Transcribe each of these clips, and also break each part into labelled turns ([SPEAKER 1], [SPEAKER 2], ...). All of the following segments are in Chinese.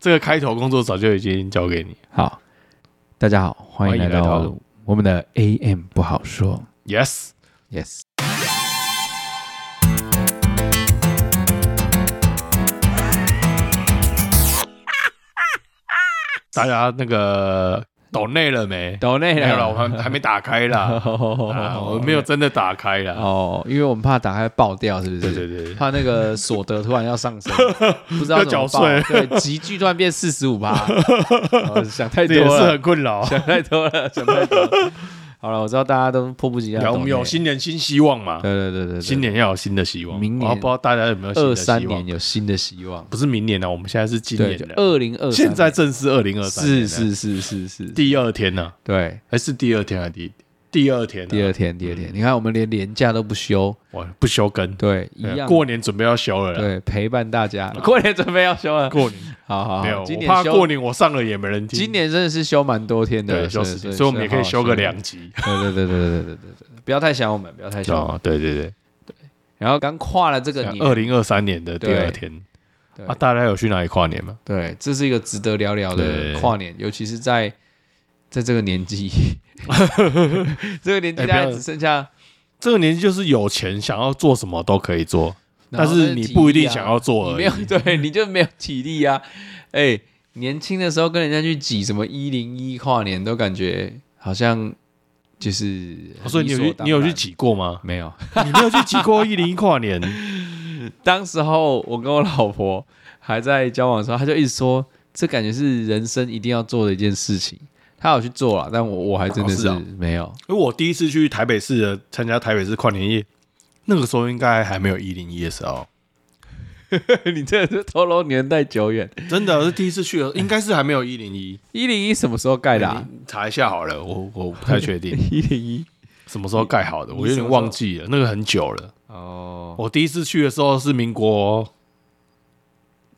[SPEAKER 1] 这个开头工作早就已经交给你。
[SPEAKER 2] 好，大家好，欢迎
[SPEAKER 1] 欢
[SPEAKER 2] 来
[SPEAKER 1] 迎来
[SPEAKER 2] 到
[SPEAKER 1] 到
[SPEAKER 2] 我们的 AM 不好说
[SPEAKER 1] Yes，
[SPEAKER 2] ，Yes。
[SPEAKER 1] 大家那个抖内了没？
[SPEAKER 2] 岛内
[SPEAKER 1] 没有了，我
[SPEAKER 2] 了，
[SPEAKER 1] 还还没打开啦，啊我没有真的打开啦。
[SPEAKER 2] 哦，因为我们怕打开爆掉，是不是？
[SPEAKER 1] 对对对，
[SPEAKER 2] 怕那个所得突然要上 升，不知道怎么报
[SPEAKER 1] 要缴
[SPEAKER 2] 对，集聚突然变四十五 趴，哦想太
[SPEAKER 1] 这
[SPEAKER 2] 多
[SPEAKER 1] 也是
[SPEAKER 2] 了
[SPEAKER 1] 很，困扰。
[SPEAKER 2] 想太多 了，想太多了。好了，我知道大家都迫不及待要
[SPEAKER 1] 然后
[SPEAKER 2] 抖
[SPEAKER 1] 我
[SPEAKER 2] 内。
[SPEAKER 1] 们有新年新希望嘛？
[SPEAKER 2] 对对对对对，
[SPEAKER 1] 新年要有新的希望。
[SPEAKER 2] 明年
[SPEAKER 1] 我不知道大家有没有新
[SPEAKER 2] 二
[SPEAKER 1] 的
[SPEAKER 2] 三
[SPEAKER 1] 希望
[SPEAKER 2] 年？有新的希望。
[SPEAKER 1] 不是明年呢，我们现在是今
[SPEAKER 2] 对，
[SPEAKER 1] 年
[SPEAKER 2] 就
[SPEAKER 1] 的。
[SPEAKER 2] 二零二
[SPEAKER 1] 现在正是二零二三，
[SPEAKER 2] 是是是是是，
[SPEAKER 1] 第二天呢，
[SPEAKER 2] 对，
[SPEAKER 1] 还是第二天还是第第二天啊？
[SPEAKER 2] 第二天第二天，你看我们连年假都不休，
[SPEAKER 1] 我不休更，
[SPEAKER 2] 对，一
[SPEAKER 1] 对啊
[SPEAKER 2] 样
[SPEAKER 1] 过年准备要休了啦。
[SPEAKER 2] 对陪伴大家。过年准备要休了，
[SPEAKER 1] 过年
[SPEAKER 2] 好好
[SPEAKER 1] 没有，
[SPEAKER 2] 好，今
[SPEAKER 1] 我
[SPEAKER 2] 年
[SPEAKER 1] 怕
[SPEAKER 2] 休
[SPEAKER 1] 过年我上了也没人听。
[SPEAKER 2] 今年真的是休蛮多天的，
[SPEAKER 1] 对休
[SPEAKER 2] 是
[SPEAKER 1] 十天，所以我们也可以休个。两集。
[SPEAKER 2] 是好好休对对对对对对对对对，不要太想我们，不要太想我们。
[SPEAKER 1] 哦，对啊对
[SPEAKER 2] 然后刚跨了这个
[SPEAKER 1] 对，
[SPEAKER 2] 年，
[SPEAKER 1] 二零二三年的第二天
[SPEAKER 2] 对，
[SPEAKER 1] 啊，大家有去哪里跨年吗？
[SPEAKER 2] 对，这是一个值得聊聊的
[SPEAKER 1] 对
[SPEAKER 2] 跨年，尤其是在在这个 年纪，这个年纪
[SPEAKER 1] 哎
[SPEAKER 2] 大
[SPEAKER 1] 不
[SPEAKER 2] 概
[SPEAKER 1] 要
[SPEAKER 2] 只剩下，
[SPEAKER 1] 这个年纪就是有钱，想要做什么都可以做，但
[SPEAKER 2] 然后
[SPEAKER 1] 是你不一定
[SPEAKER 2] 啊
[SPEAKER 1] 想要做
[SPEAKER 2] 你
[SPEAKER 1] 而
[SPEAKER 2] 没
[SPEAKER 1] 已
[SPEAKER 2] 有。 对，你就没有体 力啊！哎、年轻的时候跟人家去挤什么一零一跨年，都感觉好像就是？
[SPEAKER 1] 哦所以你有去你有去？挤过吗
[SPEAKER 2] 没有，
[SPEAKER 1] 你没有去挤过一零一跨年？
[SPEAKER 2] 当时候我跟我老婆还在交往的时候，她就一直说，这感觉是人生一定要做的一件事情。她有去做了，但我我还真的
[SPEAKER 1] 哦是
[SPEAKER 2] 是
[SPEAKER 1] 哦
[SPEAKER 2] 没有。
[SPEAKER 1] 因为我第一次去台北市的参加台北市跨年夜，那个时候应该还没有一零一的时候，
[SPEAKER 2] 你这是透露年代久远。
[SPEAKER 1] 真的是第一次去的，应该是还没有一零一。
[SPEAKER 2] 一零一什么时候盖的、啊？
[SPEAKER 1] 你查一下好了，我我不太确 定
[SPEAKER 2] 一零一
[SPEAKER 1] 什么时候盖好的，
[SPEAKER 2] 你
[SPEAKER 1] 我有
[SPEAKER 2] 什
[SPEAKER 1] 点
[SPEAKER 2] 么时候
[SPEAKER 1] 忘记了，那个很久了。
[SPEAKER 2] 哦，
[SPEAKER 1] 我第一次去的时候是民国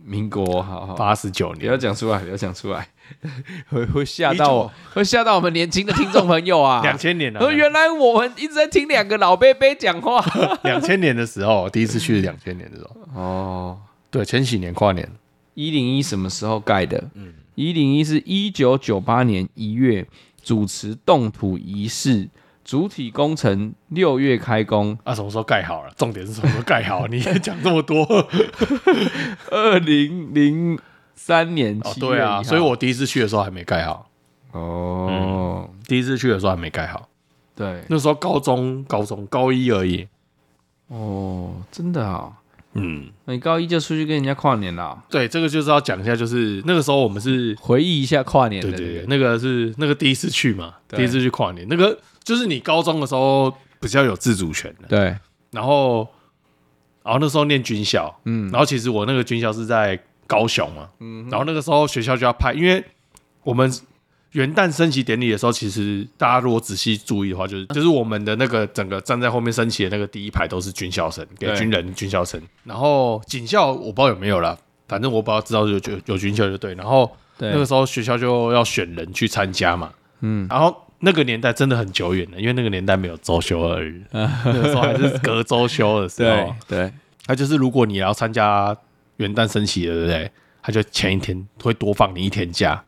[SPEAKER 2] 民国，好好
[SPEAKER 1] 八十九
[SPEAKER 2] 不要
[SPEAKER 1] 年，
[SPEAKER 2] 讲出来，不要讲出来， 会会吓到我，会吓到我们年轻的听众朋友啊！
[SPEAKER 1] 两 千年
[SPEAKER 2] 说
[SPEAKER 1] 啊，
[SPEAKER 2] 原来我们一直在听两个老贝贝讲 话
[SPEAKER 1] 两千年的时候，第一次去两千年的时候，
[SPEAKER 2] 哦。
[SPEAKER 1] 对，前几年跨年，
[SPEAKER 2] 一零一什么时候盖的？嗯，一零一是一九九八年一月主持动土仪式，主体工程六月开 工，
[SPEAKER 1] 啊，什么时候盖好了？重点是什么时候盖好？你也讲这么 多
[SPEAKER 2] 二零零三年
[SPEAKER 1] 哦，
[SPEAKER 2] 七月
[SPEAKER 1] 对
[SPEAKER 2] 1
[SPEAKER 1] 啊，
[SPEAKER 2] 号
[SPEAKER 1] 所以我第一次去的时候还没盖好，
[SPEAKER 2] 哦，
[SPEAKER 1] 第一次去的时候还没盖好，
[SPEAKER 2] 对
[SPEAKER 1] 那时候高中高中高一而已，
[SPEAKER 2] 哦，真的啊、
[SPEAKER 1] 嗯，
[SPEAKER 2] 那你高一就出去跟人家跨年了啊、
[SPEAKER 1] 对，这个就是要讲一下，就是那个时候我们是
[SPEAKER 2] 回忆一下跨年的
[SPEAKER 1] 对
[SPEAKER 2] 那
[SPEAKER 1] 对对，
[SPEAKER 2] 个
[SPEAKER 1] 那个是那个第一次去嘛，
[SPEAKER 2] 对
[SPEAKER 1] 第一次去跨年，那个就是你高中的时候比较有自主权的，
[SPEAKER 2] 对，
[SPEAKER 1] 然后然后那时候念军校，
[SPEAKER 2] 嗯
[SPEAKER 1] 然后其实我那个军校是在高雄嘛，然后那个时候学校就要派，因为我们元旦升旗典礼的时候，其实大家如果仔细注意的话，
[SPEAKER 2] 嗯
[SPEAKER 1] 就是就是我们的那个整个站在后面升旗的那个第一排都是军校生，给
[SPEAKER 2] 对
[SPEAKER 1] 军人军校生，然后警校我不知道有没有啦，反正我不知道知道有有有军校就对，然后。
[SPEAKER 2] 对
[SPEAKER 1] 那个时候学校就要选人去参加嘛，
[SPEAKER 2] 嗯
[SPEAKER 1] 嗯，然后那个年代真的很久远了，因为那个年代没有周休二 日，那个时候还是隔周休的时候
[SPEAKER 2] 对，对
[SPEAKER 1] 他就是如果你要参加元旦升旗的，对不对？他就前一天会多放你一天假，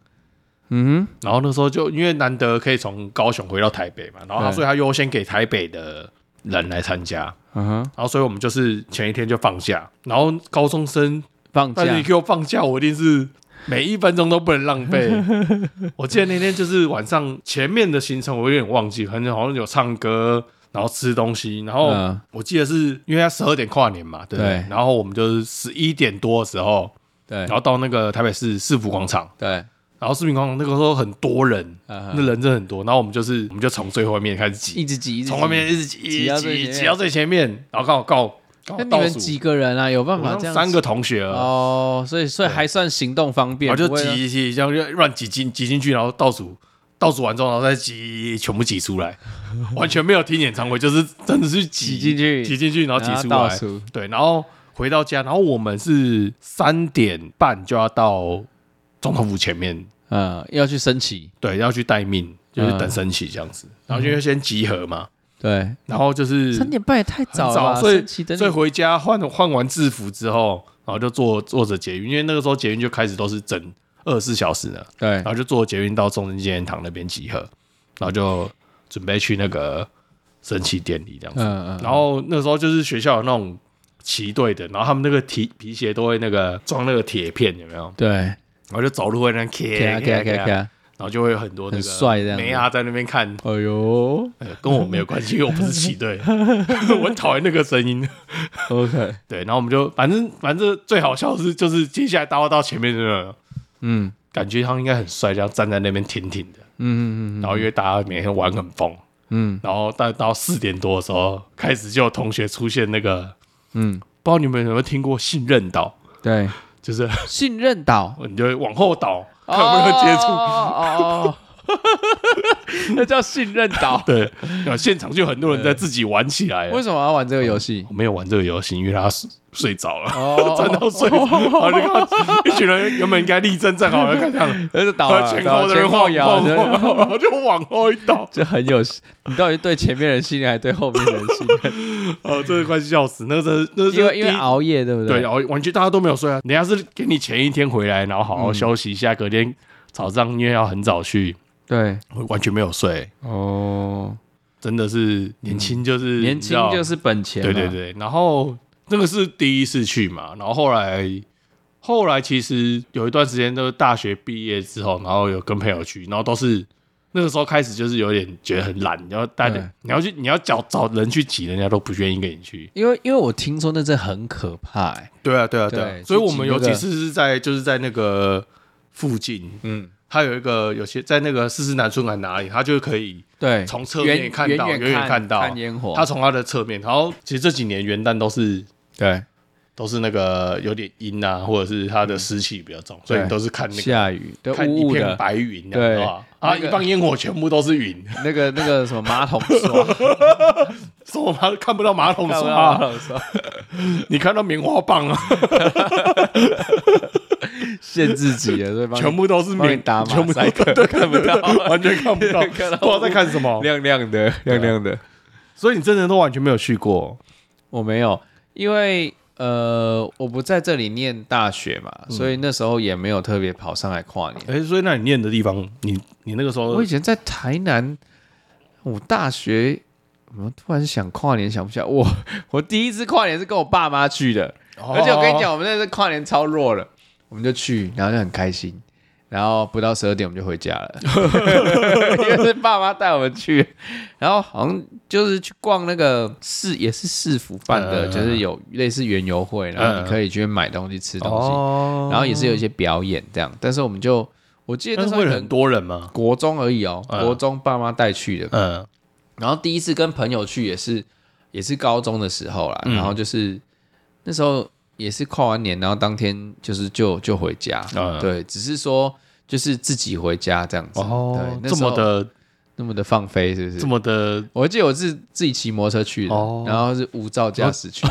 [SPEAKER 2] 嗯哼，
[SPEAKER 1] 然后那时候就因为难得可以从高雄回到台北嘛，然后他
[SPEAKER 2] 对
[SPEAKER 1] 所以他优先给台北的人来参加，
[SPEAKER 2] 嗯哼，
[SPEAKER 1] 然后所以我们就是前一天就放假，然后高中生
[SPEAKER 2] 放假
[SPEAKER 1] 但是你给我放假，我一定是每一分钟都不能浪费。 我记得那天就是晚上前面的行程，我有点忘记，反正好像有唱歌，然后吃东西，然后
[SPEAKER 2] 嗯
[SPEAKER 1] 我记得是因为他十二点跨年嘛，对不对？
[SPEAKER 2] 对
[SPEAKER 1] 然后我们就是十一点多的时候，
[SPEAKER 2] 对
[SPEAKER 1] 然后到那个台北市市府广场，
[SPEAKER 2] 对，
[SPEAKER 1] 然后市民广场那个时候很多人，
[SPEAKER 2] 嗯
[SPEAKER 1] 那人真的很多，然后我们就是我们就从最后面开始挤，
[SPEAKER 2] 一直挤，一直
[SPEAKER 1] 从外
[SPEAKER 2] 挤。
[SPEAKER 1] 面一直挤一
[SPEAKER 2] 挤到
[SPEAKER 1] 直
[SPEAKER 2] 最前
[SPEAKER 1] 挤
[SPEAKER 2] 面
[SPEAKER 1] 挤到最前面，然后刚好告
[SPEAKER 2] 那你
[SPEAKER 1] 倒
[SPEAKER 2] 们
[SPEAKER 1] 数，
[SPEAKER 2] 几个人啊？有办
[SPEAKER 1] 我
[SPEAKER 2] 法
[SPEAKER 1] 们
[SPEAKER 2] 这样？
[SPEAKER 1] 三个同学啊而已
[SPEAKER 2] 哦，所以所以
[SPEAKER 1] 对
[SPEAKER 2] 还算行动方
[SPEAKER 1] 然
[SPEAKER 2] 便，
[SPEAKER 1] 后就
[SPEAKER 2] 不会啊
[SPEAKER 1] 挤一挤，这样就乱挤进挤进去，然后倒数倒数完之后，然后再挤，全部挤出来，完全没有听演唱会，就是真的是
[SPEAKER 2] 挤
[SPEAKER 1] 挤
[SPEAKER 2] 进去，
[SPEAKER 1] 挤进去，然后挤
[SPEAKER 2] 然后
[SPEAKER 1] 出
[SPEAKER 2] 啊倒
[SPEAKER 1] 来。
[SPEAKER 2] 数，
[SPEAKER 1] 对，然后回到家，然后我们是三点半就要到总统府前面，
[SPEAKER 2] 嗯，要去升旗，
[SPEAKER 1] 对，要去待命，就是
[SPEAKER 2] 嗯
[SPEAKER 1] 等升旗这样子。然后就先集合嘛，
[SPEAKER 2] 对，
[SPEAKER 1] 然后就是
[SPEAKER 2] 三点半也太早
[SPEAKER 1] 很
[SPEAKER 2] 了
[SPEAKER 1] 早，
[SPEAKER 2] 吧，
[SPEAKER 1] 所以
[SPEAKER 2] 升旗等
[SPEAKER 1] 所以
[SPEAKER 2] 你
[SPEAKER 1] 回家换换完制服之后，然后就坐坐着捷运，因为那个时候捷运就开始都是整二十四小时呢，
[SPEAKER 2] 对
[SPEAKER 1] 然，后就坐捷运到中正纪念堂那边集合，然后就准备去那个升旗典礼这样子。
[SPEAKER 2] 嗯
[SPEAKER 1] 然后那时候就是学校有那种旗队的，然后他们那个皮皮鞋都会那个装那个铁片，有没有？
[SPEAKER 2] 对，
[SPEAKER 1] 然后就走路会那样咔
[SPEAKER 2] 咔
[SPEAKER 1] 咔
[SPEAKER 2] 咔
[SPEAKER 1] 咔然
[SPEAKER 2] 咔咔，
[SPEAKER 1] 后就会有很多那个
[SPEAKER 2] 很帅这样子
[SPEAKER 1] 梅亚在那边看，
[SPEAKER 2] 哎呦
[SPEAKER 1] 呃跟我没有关系，因为我不是旗队， 我很讨厌那个声音。
[SPEAKER 2] ，OK，
[SPEAKER 1] 对，然后我们就反正反正最好笑的是，就是接下来搭到到前面的人，
[SPEAKER 2] 嗯
[SPEAKER 1] 感觉他们应该很帅，这样站在那边挺挺的。
[SPEAKER 2] 嗯嗯嗯
[SPEAKER 1] 然后因为大家每天玩很疯，
[SPEAKER 2] 嗯
[SPEAKER 1] 然后但到四点多的时候，开始就有同学出现那个，
[SPEAKER 2] 嗯，
[SPEAKER 1] 不知道你们有没有听过信任岛，
[SPEAKER 2] 对，
[SPEAKER 1] 就是
[SPEAKER 2] 信任岛，
[SPEAKER 1] 你就会往后倒， 看有没有接触。
[SPEAKER 2] 哦哦，那叫信任岛。
[SPEAKER 1] 对，然后现场就很多人在自己玩起来了。
[SPEAKER 2] 为什么要玩这个游戏
[SPEAKER 1] 我？没有玩这个游戏，因为他睡睡着了，
[SPEAKER 2] 哦
[SPEAKER 1] 站到睡着，然后就看到一群人原本应该立正站好，要看这样，
[SPEAKER 2] 那就倒
[SPEAKER 1] 然
[SPEAKER 2] 了，
[SPEAKER 1] 后呃前
[SPEAKER 2] 倒
[SPEAKER 1] 后
[SPEAKER 2] 了
[SPEAKER 1] 的人晃
[SPEAKER 2] 摇，
[SPEAKER 1] 晃
[SPEAKER 2] 就
[SPEAKER 1] 晃，然后就往后一倒，
[SPEAKER 2] 就很有。你到底对前面人信任，还是对后面人信 任？
[SPEAKER 1] 哦，真的快笑死，那真的那是
[SPEAKER 2] 因为因为
[SPEAKER 1] 第一
[SPEAKER 2] 熬夜，对不
[SPEAKER 1] 对，
[SPEAKER 2] 对？
[SPEAKER 1] 然后完全大家都没有睡啊，人家是给你前一天回来，然后好
[SPEAKER 2] 嗯
[SPEAKER 1] 好休息一下，隔天早上因为要很早去，
[SPEAKER 2] 对，
[SPEAKER 1] 完全没有睡，
[SPEAKER 2] 哦，
[SPEAKER 1] 真的是年轻就是
[SPEAKER 2] 嗯年
[SPEAKER 1] 你知
[SPEAKER 2] 轻
[SPEAKER 1] 道
[SPEAKER 2] 就是本钱啊嘛。
[SPEAKER 1] 对对对，然后那个是第一次去嘛，然后后来后来其实有一段时间都是大学毕业之后，然后有跟朋友去，然后都是那个时候开始就是有点觉得很懒，然后大
[SPEAKER 2] 对
[SPEAKER 1] 家你要去你要找找人去挤，人家都不愿意跟你去。
[SPEAKER 2] 因为因为我听说那真的很可怕、欸，
[SPEAKER 1] 对啊，对啊
[SPEAKER 2] 对对
[SPEAKER 1] 所以我们有
[SPEAKER 2] 去
[SPEAKER 1] 几
[SPEAKER 2] 挤那个
[SPEAKER 1] 次是在就是在那个附近，
[SPEAKER 2] 嗯，
[SPEAKER 1] 它有一个有些在那个四四南村还哪里，它就可以
[SPEAKER 2] 对，
[SPEAKER 1] 从侧面看到，
[SPEAKER 2] 远
[SPEAKER 1] 远远
[SPEAKER 2] 看
[SPEAKER 1] 看到，
[SPEAKER 2] 看烟火，
[SPEAKER 1] 它从它的侧面，然后其实这几年元旦都是
[SPEAKER 2] 对
[SPEAKER 1] 都是那个有点阴啊，或者是它的湿气比较重，所以你都是看那个
[SPEAKER 2] 下雨，对
[SPEAKER 1] 看
[SPEAKER 2] 雾
[SPEAKER 1] 一
[SPEAKER 2] 雾
[SPEAKER 1] 片
[SPEAKER 2] 的，
[SPEAKER 1] 白云，
[SPEAKER 2] 对
[SPEAKER 1] 对吧？啊，
[SPEAKER 2] 那个
[SPEAKER 1] 一放烟火全部都是云，
[SPEAKER 2] 那个那个什么马桶刷，
[SPEAKER 1] 说我妈看不到 马桶
[SPEAKER 2] 看不到
[SPEAKER 1] 刷，
[SPEAKER 2] 马桶刷，
[SPEAKER 1] 你看到棉花棒啊，
[SPEAKER 2] 限制级的，对吧？
[SPEAKER 1] 全部都是
[SPEAKER 2] 帮你
[SPEAKER 1] 棉
[SPEAKER 2] 打马
[SPEAKER 1] 全部都
[SPEAKER 2] 赛克，看不到，
[SPEAKER 1] 完全看不到，不
[SPEAKER 2] 看
[SPEAKER 1] 知
[SPEAKER 2] 到
[SPEAKER 1] 道在看什么。
[SPEAKER 2] 亮亮的，亮亮的。
[SPEAKER 1] 所以你真的都完全没有去过，
[SPEAKER 2] 我没有，因为呃，我不在这里念大学嘛，所以那时候也没有特别跑上来跨年。
[SPEAKER 1] 哎、所以那你念的地方，你你那个时候
[SPEAKER 2] 我以前在台南，我大学，我突然想跨年想不起来，我 我第一次跨年是跟我爸妈去的，
[SPEAKER 1] 哦
[SPEAKER 2] 而且我跟你讲，我们那次跨年超弱了，我们就去，然后就很开心。然后不到十二点我们就回家了， 因为是爸妈带我们去，然后好像就是去逛那个市，也是市府办的，
[SPEAKER 1] 嗯
[SPEAKER 2] 就是有类似园游会，然后你可以去买东西、吃东西，
[SPEAKER 1] 哦
[SPEAKER 2] 然后也是有一些表演这样。但是我们就，我记得
[SPEAKER 1] 但是
[SPEAKER 2] 那时候
[SPEAKER 1] 会
[SPEAKER 2] 可
[SPEAKER 1] 很
[SPEAKER 2] 能
[SPEAKER 1] 多人吗？
[SPEAKER 2] 国中而已哦，
[SPEAKER 1] 嗯
[SPEAKER 2] 国中爸妈带去的，
[SPEAKER 1] 嗯，
[SPEAKER 2] 然后第一次跟朋友去也是也是高中的时候啦，
[SPEAKER 1] 嗯
[SPEAKER 2] 然后就是那时候也是跨完年，然后当天就是就就回家，
[SPEAKER 1] 嗯
[SPEAKER 2] 对，只是说就是自己回家这样子，
[SPEAKER 1] 哦
[SPEAKER 2] 对，，那
[SPEAKER 1] 这
[SPEAKER 2] 时候
[SPEAKER 1] 么的
[SPEAKER 2] 那么的放飞是不
[SPEAKER 1] 这
[SPEAKER 2] 是？
[SPEAKER 1] 么的，
[SPEAKER 2] 我记得我是自己骑摩托车去的，
[SPEAKER 1] 哦
[SPEAKER 2] 然后是无照驾驶 去，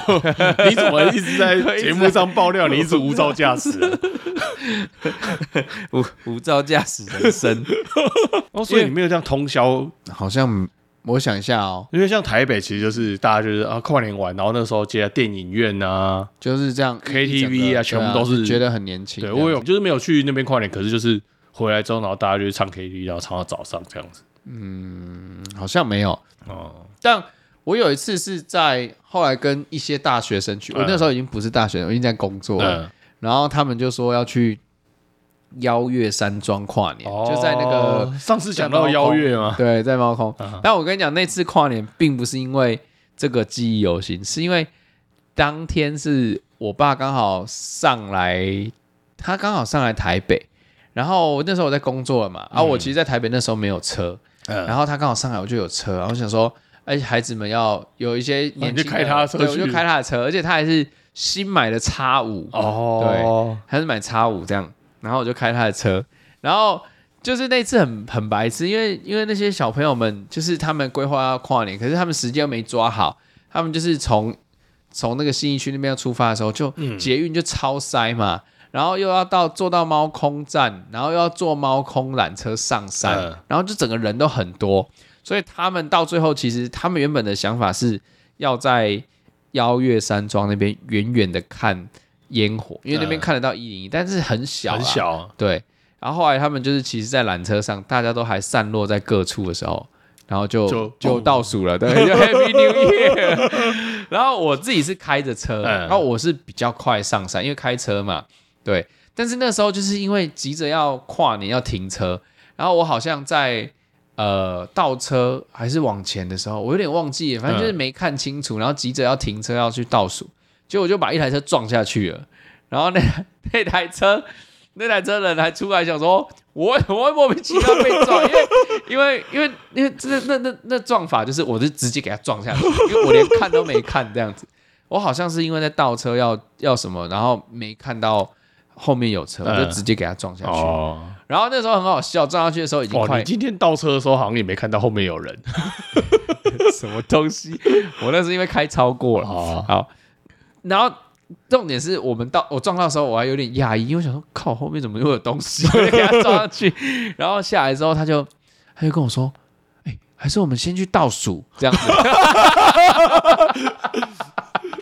[SPEAKER 1] 你怎么一直在节目上爆料你一直无照驾 驶啊？
[SPEAKER 2] 无无照驾驶人生，
[SPEAKER 1] 哦，所以你没有这样通宵，
[SPEAKER 2] 好像我想一下哦，
[SPEAKER 1] 因为像台北其实就是大家就是啊跨年玩，然后那时候接了电影院啊，
[SPEAKER 2] 就是这样
[SPEAKER 1] KTV 啊
[SPEAKER 2] 一整个
[SPEAKER 1] 全部都是
[SPEAKER 2] 对啊觉得很年轻这
[SPEAKER 1] 对
[SPEAKER 2] 样，
[SPEAKER 1] 我有就是没有去那边跨年，可是就是回来之后，然后大家就去唱 KTV，然后唱到早上这样子。
[SPEAKER 2] 好像没有。
[SPEAKER 1] 哦，
[SPEAKER 2] 但我有一次是在后来跟一些大学生去，我
[SPEAKER 1] 嗯
[SPEAKER 2] 那时候已经不是大学生，我已经在工作了。
[SPEAKER 1] 嗯，
[SPEAKER 2] 然后他们就说要去邀月山庄跨年，
[SPEAKER 1] 哦
[SPEAKER 2] 就在那个
[SPEAKER 1] 上次讲到邀月吗？
[SPEAKER 2] 对，在猫空。
[SPEAKER 1] 嗯
[SPEAKER 2] 但我跟你讲，那次跨年并不是因为这个记忆犹新，是因为当天是我爸刚好上来，他刚好上来台北。然后那时候我在工作了嘛，啊，我其实，在台北那时候没有车，
[SPEAKER 1] 嗯
[SPEAKER 2] 然后他刚好上来，我就有车，然后我想说，哎，孩子们要有一些年
[SPEAKER 1] 哦你就
[SPEAKER 2] 轻
[SPEAKER 1] 开
[SPEAKER 2] 人，
[SPEAKER 1] 他的车
[SPEAKER 2] 对，我
[SPEAKER 1] 去
[SPEAKER 2] 就开他的车，而且他还是新买的叉五、
[SPEAKER 1] 哦，
[SPEAKER 2] 还是买叉五这样，然后我就开他的车，然后就是那次很很白痴，因为因为那些小朋友们就是他们规划要跨年，可是他们时间又没抓好，他们就是从从那个信义区那边要出发的时候，就捷运就超塞嘛。然后又要到坐到猫空站，然后又要坐猫空缆车上山，
[SPEAKER 1] 嗯
[SPEAKER 2] 然后就整个人都很多，所以他们到最后其实他们原本的想法是要在邀月山庄那边远远的看烟火，因为那边
[SPEAKER 1] 嗯
[SPEAKER 2] 看得到一零一，但是很小，
[SPEAKER 1] 很。小啊，
[SPEAKER 2] 对，然后后来他们就是其实，在缆车上，大家都还散落在各处的时候，然后就
[SPEAKER 1] 就
[SPEAKER 2] 就倒数了，对， 就 Happy New Year。然 后我自己是开着车，
[SPEAKER 1] 嗯
[SPEAKER 2] 然后我是比较快上山，因为开车嘛，对。但是那时候就是因为急着要跨年要停车，然后我好像在呃倒车还是往前的时候，我有点忘记了，反正就是
[SPEAKER 1] 嗯
[SPEAKER 2] 没看清楚，然后急着要停车要去倒数，结果我就把一台车撞下去了，然后那 那台车那台车人还出来想说，我 我会莫名其妙被撞，因为 因为因为因为这那那那撞法就是我就直接给他撞下去，因为我连看都没看这样子。我好像是因为在倒车要要什么，然后没看到后面有车，我就
[SPEAKER 1] 嗯
[SPEAKER 2] 直接给他撞下去。
[SPEAKER 1] 哦，
[SPEAKER 2] 然后那时候很好笑，撞下去的时候啊已经
[SPEAKER 1] 哦，
[SPEAKER 2] 快
[SPEAKER 1] 你今天倒车的时候好像也没看到后面有人
[SPEAKER 2] 什么东西， 我那是因为开超过了。
[SPEAKER 1] 哦，
[SPEAKER 2] 好，然后重点是我们到我撞到的时候，我还有点讶异，因为我想说靠后面怎么又有东西， 我就给他撞上去，然后下来之后他就他就跟我说，哎、还是我们先去倒数这样子。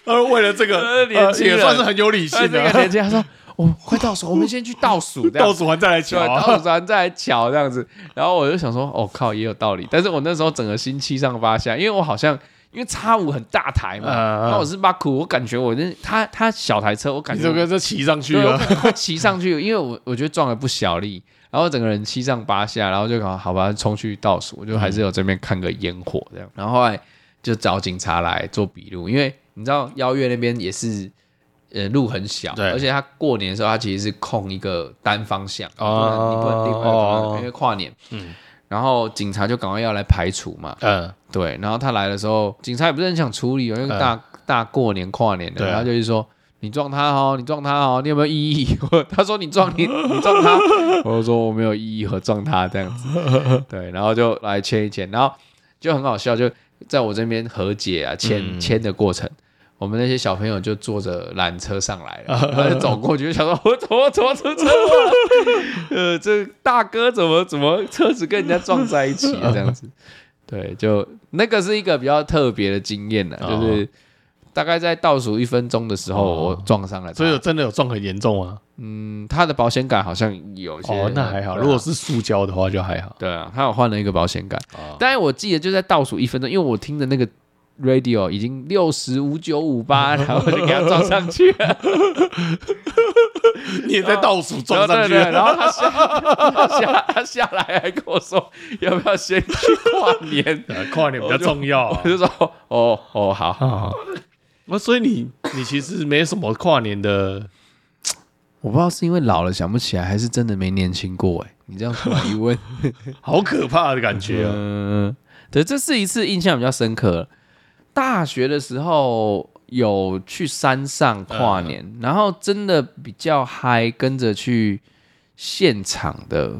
[SPEAKER 1] 呃，为了这个
[SPEAKER 2] 呃年
[SPEAKER 1] 呃
[SPEAKER 2] 轻人
[SPEAKER 1] 也算是很有 理性
[SPEAKER 2] 他这个
[SPEAKER 1] 的，
[SPEAKER 2] 年纪，他说我们快倒数，我们先去倒 数这样
[SPEAKER 1] 倒
[SPEAKER 2] 子。
[SPEAKER 1] 数完再来瞧
[SPEAKER 2] 对，
[SPEAKER 1] 啊，
[SPEAKER 2] 倒数完再来瞧这样子，然后我就想说，哦靠，也有道理。但是我那时候整个心七上八下，因为我好像因为叉五很大台嘛，
[SPEAKER 1] 嗯嗯
[SPEAKER 2] 然后我是巴库，我感觉我那他他小台车，我感
[SPEAKER 1] 你
[SPEAKER 2] 觉
[SPEAKER 1] 这
[SPEAKER 2] 我
[SPEAKER 1] 个这骑上去啊哦
[SPEAKER 2] 对，我
[SPEAKER 1] 了，
[SPEAKER 2] 可能快骑上去，因为我我觉得撞了不小力，然后整个人七上八下，然后就搞好吧，冲去倒数，我就
[SPEAKER 1] 嗯
[SPEAKER 2] 还是有这边看个烟火这样，然后后来就找警察来做笔录，因为你知道邀月那边也是。呃，路很小，
[SPEAKER 1] 对
[SPEAKER 2] 而且他过年的时候，他其实是控一个单方向，
[SPEAKER 1] 哦
[SPEAKER 2] 你不能你不能另外一个方向
[SPEAKER 1] 哦
[SPEAKER 2] 因为跨年，
[SPEAKER 1] 嗯
[SPEAKER 2] 然后警察就赶快要来排除嘛，
[SPEAKER 1] 嗯，
[SPEAKER 2] 对，然后他来的时候，警察也不是很想处理哦，因为
[SPEAKER 1] 嗯
[SPEAKER 2] 大、大过年跨年的，
[SPEAKER 1] 对啊
[SPEAKER 2] 然后就是说你撞他哦，你撞他哦，你有没有异议？我他说你撞 你，你撞他，我就说我没有异议和撞他这样子， 对，然后就来签一签，然后就很好笑，就在我这边和解啊，签
[SPEAKER 1] 嗯
[SPEAKER 2] 签、的过程。我们那些小朋友就坐着缆车上 来了，然后就走过去，就想说：“ 我怎么怎么出车祸了？ 呃，这大哥怎么怎么车子跟人家撞在一起了这样子？”对，就那个是一个比较特别的经验呢，
[SPEAKER 1] 哦
[SPEAKER 2] 就是大概在倒数一分钟的时候，
[SPEAKER 1] 哦
[SPEAKER 2] 我撞上了他。
[SPEAKER 1] 所以有真的有撞很严重啊，
[SPEAKER 2] 嗯，他的保险杆好像有一些，
[SPEAKER 1] 哦，那还好，
[SPEAKER 2] 对啊
[SPEAKER 1] 如果是塑胶的话就还好，
[SPEAKER 2] 对啊，他有换了一个保险杆。
[SPEAKER 1] 哦
[SPEAKER 2] 当然，我记得就在倒数一分钟，因为我听的那个 radio 已经六十五九 五八，然后我就给他撞上去了。
[SPEAKER 1] 你也在倒数撞上去
[SPEAKER 2] 对对对然后他下他下他下来还跟我说要不要先去跨年，
[SPEAKER 1] 呃跨年比较重要啊
[SPEAKER 2] 我。就说哦哦好，
[SPEAKER 1] 啊，那所以你你其实没什么跨年的，
[SPEAKER 2] 我不知道是因为老了想不起来，还是真的没年轻过哎、你这样突然一 问，
[SPEAKER 1] 好可怕的感觉啊！
[SPEAKER 2] 嗯，对，这是一次印象比较深刻的。大学的时候有去山上跨年，然后真的比较嗨，跟着去现场的，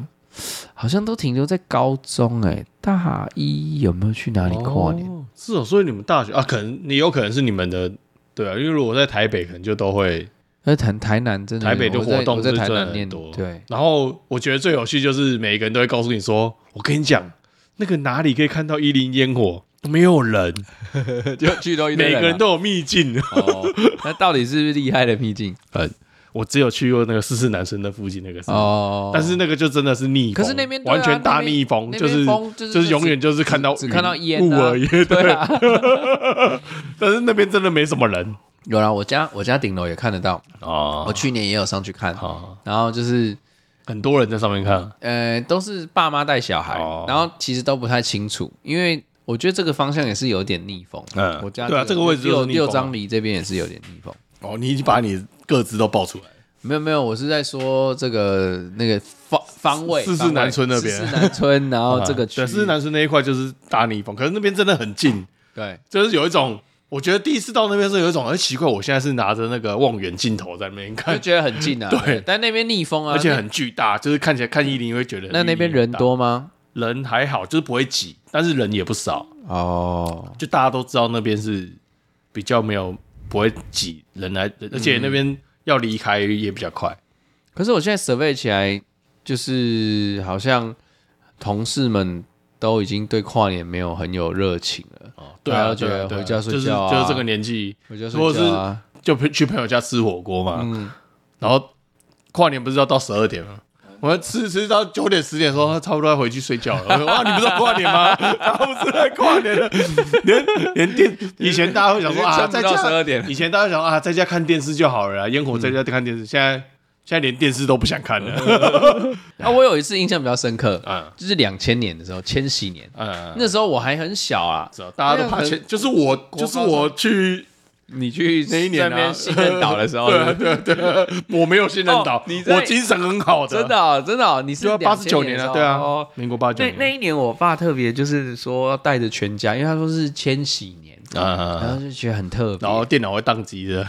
[SPEAKER 2] 好像都停留在高中哎、大一有没有去哪里跨年？
[SPEAKER 1] 哦是哦，所以你们大学啊，可能你有可能是你们的对啊，因为如果在台北，可能就都会
[SPEAKER 2] 那台台南真的
[SPEAKER 1] 台北的
[SPEAKER 2] 我
[SPEAKER 1] 活
[SPEAKER 2] 在
[SPEAKER 1] 动
[SPEAKER 2] 我
[SPEAKER 1] 是
[SPEAKER 2] 在
[SPEAKER 1] 真
[SPEAKER 2] 台
[SPEAKER 1] 的
[SPEAKER 2] 南念
[SPEAKER 1] 很多。
[SPEAKER 2] 对，，
[SPEAKER 1] 然后我觉得最有趣就是每一个人都会告诉你说：“我跟你讲，那个哪里可以看到一零烟火，没有人，
[SPEAKER 2] 就去到
[SPEAKER 1] 每个人都啊有秘境。
[SPEAKER 2] 啊 哦，那到底是不是厉害的秘境？”
[SPEAKER 1] 我只有去过那个四四男生的附近那个山，
[SPEAKER 2] 哦，
[SPEAKER 1] 但是那个就真的是逆风，
[SPEAKER 2] 可是那边对啊
[SPEAKER 1] 完全大
[SPEAKER 2] 那边
[SPEAKER 1] 逆风，
[SPEAKER 2] 那边
[SPEAKER 1] 就是
[SPEAKER 2] 风就是
[SPEAKER 1] 就是永远就是看到
[SPEAKER 2] 只
[SPEAKER 1] 云
[SPEAKER 2] 看到烟
[SPEAKER 1] 雾
[SPEAKER 2] 啊
[SPEAKER 1] 而已。
[SPEAKER 2] 对啊，
[SPEAKER 1] 但是那边真的没什么人
[SPEAKER 2] 有啦，我家我家顶楼也看得到，我
[SPEAKER 1] 哦
[SPEAKER 2] 去年也有上去看，
[SPEAKER 1] 哦，
[SPEAKER 2] 然后就是
[SPEAKER 1] 很多人在上面看
[SPEAKER 2] 呃，都是爸妈带小孩
[SPEAKER 1] 哦，
[SPEAKER 2] 然后其实都不太清楚，因为我觉得这个方向也是有点逆风。
[SPEAKER 1] 嗯
[SPEAKER 2] 我家
[SPEAKER 1] 对啊这个位置就是
[SPEAKER 2] 六
[SPEAKER 1] 逆风
[SPEAKER 2] 六
[SPEAKER 1] 啊
[SPEAKER 2] 张犁这边也是有点逆风。
[SPEAKER 1] 哦，你已经把你各自都爆出来了，
[SPEAKER 2] 没有没有，我是在说这个那个方方位，
[SPEAKER 1] 四四
[SPEAKER 2] 方位
[SPEAKER 1] 南村那边啊
[SPEAKER 2] 四四南村，然哦后这个区
[SPEAKER 1] 对，是南村那一块就是大逆风，可是那边真的很近，
[SPEAKER 2] 对，
[SPEAKER 1] 就是有一种。我觉得第一次到那边是有一种，哎，奇怪，我现在是拿着那个望远镜头在那边
[SPEAKER 2] 就
[SPEAKER 1] 看，
[SPEAKER 2] 觉得很近啊。
[SPEAKER 1] 对
[SPEAKER 2] 但那边逆风啊，
[SPEAKER 1] 而且
[SPEAKER 2] 那
[SPEAKER 1] 很巨大，就是看起来看一零会觉得
[SPEAKER 2] 那那边人
[SPEAKER 1] 101很大，
[SPEAKER 2] 多吗？
[SPEAKER 1] 人还好，就是不会挤，但是人也不少，
[SPEAKER 2] 哦，
[SPEAKER 1] 就大家都知道那边是比较没有不会挤人来，而且那边要离开也比较快。
[SPEAKER 2] 可是我现在 survey 起来，就是好像同事们都已经对跨年没有很有热情了。
[SPEAKER 1] 哦，
[SPEAKER 2] 对
[SPEAKER 1] 对
[SPEAKER 2] 啊
[SPEAKER 1] 啊，
[SPEAKER 2] 觉得
[SPEAKER 1] 对啊
[SPEAKER 2] 回家睡觉啊
[SPEAKER 1] 就是就是这个年纪，
[SPEAKER 2] 我就啊
[SPEAKER 1] 或
[SPEAKER 2] 说
[SPEAKER 1] 者是
[SPEAKER 2] 嗯
[SPEAKER 1] 就去朋友家吃火锅嘛，然后跨年不是要到十二点吗？我们吃吃到九点十点的时候，他差不多要回去睡觉了。我说哇，你不是要跨年吗？ 他不是在跨年了，连连电以前大家会想说啊，
[SPEAKER 2] 撑
[SPEAKER 1] 在
[SPEAKER 2] 不到十
[SPEAKER 1] 家
[SPEAKER 2] 二点，
[SPEAKER 1] 以前大家想说啊，在家看电视就好了啊，烟火在家看
[SPEAKER 2] 嗯
[SPEAKER 1] 电视，现在现在连电视都不想看了。
[SPEAKER 2] 啊，我有一次印象比较深刻，
[SPEAKER 1] 嗯
[SPEAKER 2] 就是两千年的时候，千禧年，
[SPEAKER 1] 嗯，
[SPEAKER 2] 那时候我还很小啊，
[SPEAKER 1] 知道大家都怕钱，就是我就是我去
[SPEAKER 2] 你去
[SPEAKER 1] 那一年啊
[SPEAKER 2] 那边信任岛的时 候，
[SPEAKER 1] 对啊对对，我没有信任岛
[SPEAKER 2] 哦，你在
[SPEAKER 1] 我精神很好的，
[SPEAKER 2] 真的哦真的哦，你是
[SPEAKER 1] 对啊，八十九
[SPEAKER 2] 2000
[SPEAKER 1] 年
[SPEAKER 2] 的时
[SPEAKER 1] 了，
[SPEAKER 2] 候
[SPEAKER 1] 对啊
[SPEAKER 2] 哦，
[SPEAKER 1] 民国八九
[SPEAKER 2] 那那
[SPEAKER 1] 年，
[SPEAKER 2] 一年，我爸特别就是说带着全家，因为他说是千禧年，然
[SPEAKER 1] 啊，
[SPEAKER 2] 后就觉得很特别，
[SPEAKER 1] 然后电脑会宕机的。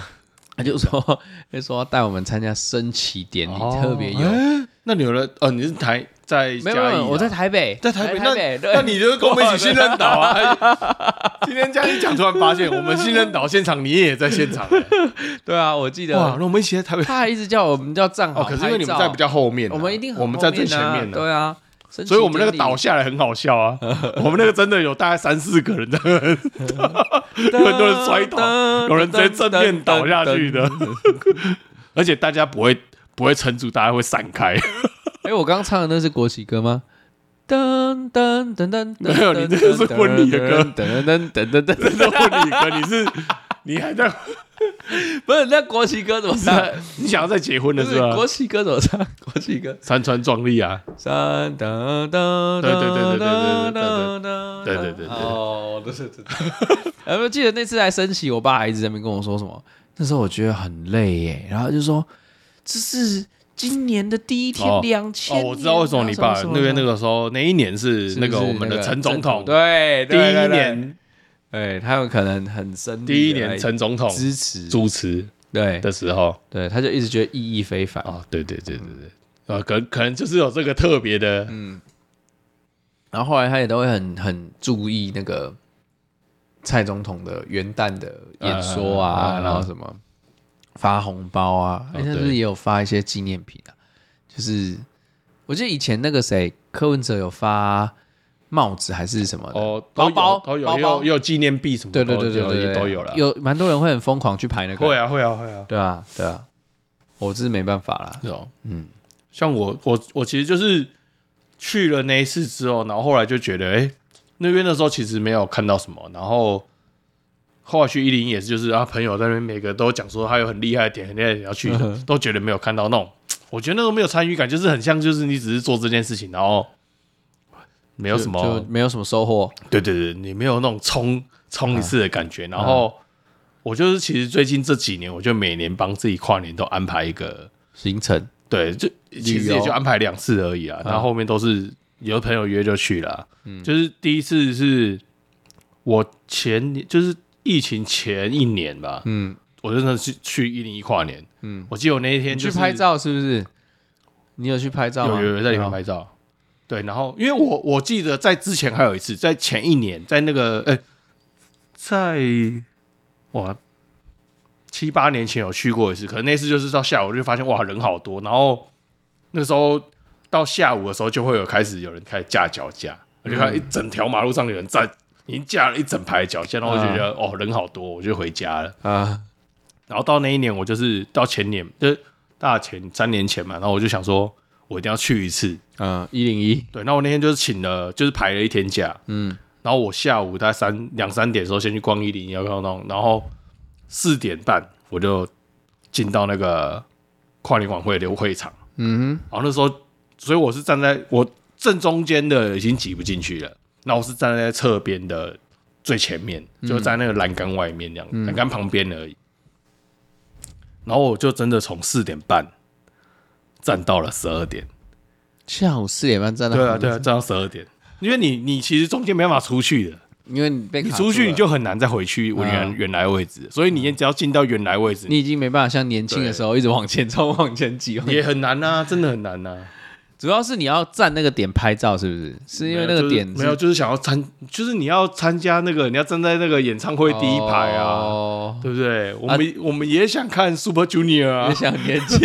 [SPEAKER 2] 他就说就说要带我们参加升旗典礼，
[SPEAKER 1] 哦
[SPEAKER 2] 特别有。
[SPEAKER 1] 欸那你有了呃，你是台在
[SPEAKER 2] 没
[SPEAKER 1] 嘉
[SPEAKER 2] 有没
[SPEAKER 1] 义啊
[SPEAKER 2] 有，我在台北，
[SPEAKER 1] 在台北，
[SPEAKER 2] 台北，
[SPEAKER 1] 那那你就是跟我们一起信任岛
[SPEAKER 2] 岛。
[SPEAKER 1] 啊。 今天这样一讲，突然发现我们信任岛现场你也在现场欸
[SPEAKER 2] 对哦啊，我记
[SPEAKER 1] 哇！
[SPEAKER 2] 得
[SPEAKER 1] 那我们一起在台北
[SPEAKER 2] 他还一直叫我们叫站好
[SPEAKER 1] 哦，
[SPEAKER 2] 拍
[SPEAKER 1] 可
[SPEAKER 2] 照，
[SPEAKER 1] 是因为你们在比较后面啊，
[SPEAKER 2] 我们一定很
[SPEAKER 1] 我们在最前
[SPEAKER 2] 后
[SPEAKER 1] 面的。
[SPEAKER 2] 啊对啊，升旗
[SPEAKER 1] 所以我们那个岛
[SPEAKER 2] 典
[SPEAKER 1] 下来很好笑 啊，我们那个真的有大概三四个人 在，有很多人摔倒，
[SPEAKER 2] 噔
[SPEAKER 1] 有人直接正面倒下去的， 而且大家不会不会撑住，大家会散 开。
[SPEAKER 2] 礼，哎，我刚刚唱的那是国旗歌吗？噔噔噔噔，
[SPEAKER 1] 没有你这个是婚礼的歌
[SPEAKER 2] 噔噔噔噔噔噔，
[SPEAKER 1] 这婚礼歌，你是你还在
[SPEAKER 2] 不是那国旗歌怎么唱？
[SPEAKER 1] 是你想要再结婚
[SPEAKER 2] 不
[SPEAKER 1] 了
[SPEAKER 2] 是
[SPEAKER 1] 是吧？
[SPEAKER 2] 国旗歌怎么唱？ 国旗歌。
[SPEAKER 1] 山川壮丽啊，
[SPEAKER 2] 三噔噔，
[SPEAKER 1] 对对对对对对对对
[SPEAKER 2] 对
[SPEAKER 1] 对对
[SPEAKER 2] 哦，对对对。 哎然后记得那次来升旗，我爸还一直在那边跟我说什么，那时候我觉得很累耶，然后就说这是今年的第一
[SPEAKER 1] 哦
[SPEAKER 2] 天，两千、
[SPEAKER 1] 哦，我知道为什么
[SPEAKER 2] 啊
[SPEAKER 1] 你爸那边那个时候那一年是
[SPEAKER 2] 是
[SPEAKER 1] 那个
[SPEAKER 2] 是
[SPEAKER 1] 我们的
[SPEAKER 2] 那个
[SPEAKER 1] 陈总统，
[SPEAKER 2] 对，
[SPEAKER 1] 第
[SPEAKER 2] 对
[SPEAKER 1] 一，年
[SPEAKER 2] 对对对他有可能很深，
[SPEAKER 1] 第一年陈总统
[SPEAKER 2] 支持，
[SPEAKER 1] 主持
[SPEAKER 2] 对
[SPEAKER 1] 的时候
[SPEAKER 2] 对，他就一直觉得意义非凡。
[SPEAKER 1] 啊，对对对对对，啊，可可能就是有这个特别的，
[SPEAKER 2] 嗯然后后来他也都会很很注意那个蔡总统的元旦的演说啊，
[SPEAKER 1] 嗯嗯嗯嗯
[SPEAKER 2] 然后什么发红包啊，
[SPEAKER 1] 哦
[SPEAKER 2] 哎他是不是
[SPEAKER 1] 对
[SPEAKER 2] 也有发一些纪念品啊？就是我记得以前那个谁柯文哲有发帽子还是什么的，
[SPEAKER 1] 哦，
[SPEAKER 2] 包
[SPEAKER 1] 都
[SPEAKER 2] 包
[SPEAKER 1] 有都有，
[SPEAKER 2] 包
[SPEAKER 1] 也
[SPEAKER 2] 包
[SPEAKER 1] 有也有纪念币什么
[SPEAKER 2] 对
[SPEAKER 1] 的，
[SPEAKER 2] 对对对
[SPEAKER 1] 都
[SPEAKER 2] 对对，
[SPEAKER 1] 都有了，
[SPEAKER 2] 有蛮多人会很疯狂去排那个，
[SPEAKER 1] 会啊会啊会啊，
[SPEAKER 2] 对啊对啊，我这是没办法啦，
[SPEAKER 1] 是哦，
[SPEAKER 2] 嗯，
[SPEAKER 1] 像我我我其实就是去了那一次之后，然后后来就觉得，哎、那边的时候其实没有看到什么，然后后来去一零也是，就是啊，朋友在那边每个都讲说他有很厉害的点，很厉害的点要
[SPEAKER 2] 嗯
[SPEAKER 1] 去，都觉得没有看到那种，我觉得那种没有参与感，就是很像就是你只是做这件事情，然后没有什
[SPEAKER 2] 就
[SPEAKER 1] 么，
[SPEAKER 2] 没有什么收获，
[SPEAKER 1] 对对对，你没有那种冲冲一次的感觉，
[SPEAKER 2] 嗯
[SPEAKER 1] 然后。我就是其实最近这几年，我就每年帮自己跨年都安排一个
[SPEAKER 2] 行程
[SPEAKER 1] 对，就其实
[SPEAKER 2] 旅游嗯
[SPEAKER 1] 也就安排两次而已啊，然后后面都是有朋友约就去了啊、就是第一次是我前年，就是疫情前一年吧，
[SPEAKER 2] 嗯
[SPEAKER 1] 嗯，我真的是去一零一跨年，嗯，我记得我那一天
[SPEAKER 2] 你
[SPEAKER 1] 就
[SPEAKER 2] 去
[SPEAKER 1] 是
[SPEAKER 2] 拍，照是不是？你有去拍照
[SPEAKER 1] 有
[SPEAKER 2] 吗？哦
[SPEAKER 1] 有有在里面拍照，对，然后因为我我记得在之前还有一次，在前一年，在那个呃、在哇七八年前有去过一次，可能那次就是到下午就发现哇人好多，然后那时候到下午的时候就会有开始有人开始架脚架，我就看一整条马路上有人在已经架了一整排脚架，然后我就觉得、哦人好多，我就回家了。
[SPEAKER 2] 啊，
[SPEAKER 1] 然后到那一年我就是到前年就是大前三年前嘛，然后我就想说我一定要去一次，
[SPEAKER 2] 嗯，一零一，
[SPEAKER 1] 对，那我那天就是请了，就是排了一天假，
[SPEAKER 2] 嗯
[SPEAKER 1] 嗯，然后我下午大概三两三点的时候先去逛一零幺幺弄，然后四点半我就进到那个跨年晚会的会场，
[SPEAKER 2] 嗯
[SPEAKER 1] 然后那时候，所以我是站在我正中间的已经挤不进去了，那我是站在侧边的最前面，就在那个栏杆外面那样，栏、杆旁边而已。然后我就真的从四点半站到了十二点。
[SPEAKER 2] 下午四点半站到，
[SPEAKER 1] 对啊，对啊，，站到十二点，因为你你其实中间没办法出去的，
[SPEAKER 2] 因为你被
[SPEAKER 1] 你
[SPEAKER 2] 卡
[SPEAKER 1] 出
[SPEAKER 2] 住
[SPEAKER 1] 去
[SPEAKER 2] 了
[SPEAKER 1] 你就很难再回去
[SPEAKER 2] 嗯
[SPEAKER 1] 原原来位置，所以你只要进到原来位置，
[SPEAKER 2] 你已经没办法像年轻的时候一直往前冲、 往前挤。
[SPEAKER 1] 也很难呐，真的很难啊呐。
[SPEAKER 2] 主要是你要站那个点拍照，是不是？是因为那个点
[SPEAKER 1] 没有，就是没有，就是想要参，就是你要参加那个，你要站在那个演唱会第一排啊，
[SPEAKER 2] 哦，
[SPEAKER 1] 对不对？我们我们也想看 Super Junior
[SPEAKER 2] 越
[SPEAKER 1] 啊，
[SPEAKER 2] 想年轻，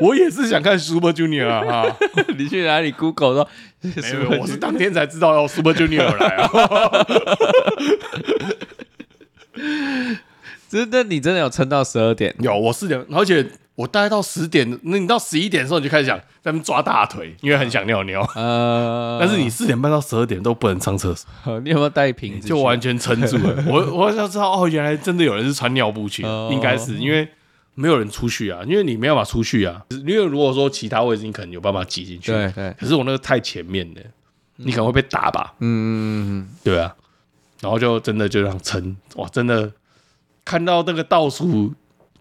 [SPEAKER 1] 我也是想看 Super Junior 啊 啊。
[SPEAKER 2] 你去哪里 Google 说？
[SPEAKER 1] 没有，没有我是当天才知道要 Super Junior 来啊。
[SPEAKER 2] 真的，你真的有撑到十二点？
[SPEAKER 1] 有，我四点，而且我大概到十点，那你到十一点的时候你就开始想在那边抓大腿，因为很想尿尿。
[SPEAKER 2] 呃，
[SPEAKER 1] 但是你四点半到十二点都不能上厕所，
[SPEAKER 2] 你有没有带瓶子去？
[SPEAKER 1] 就完全撑住 了。我我想知道哦，原来真的有人是穿尿布去的，
[SPEAKER 2] 哦
[SPEAKER 1] 应该是因为没有人出去啊，因为你没办法出去啊。因为如果说其他位置，你可能有办法挤进去，
[SPEAKER 2] 对对，
[SPEAKER 1] 可是我那个太前面了，你可能会被打吧？
[SPEAKER 2] 嗯，
[SPEAKER 1] 对啊，然后就真的就这样撑，哇，真的看到那个倒数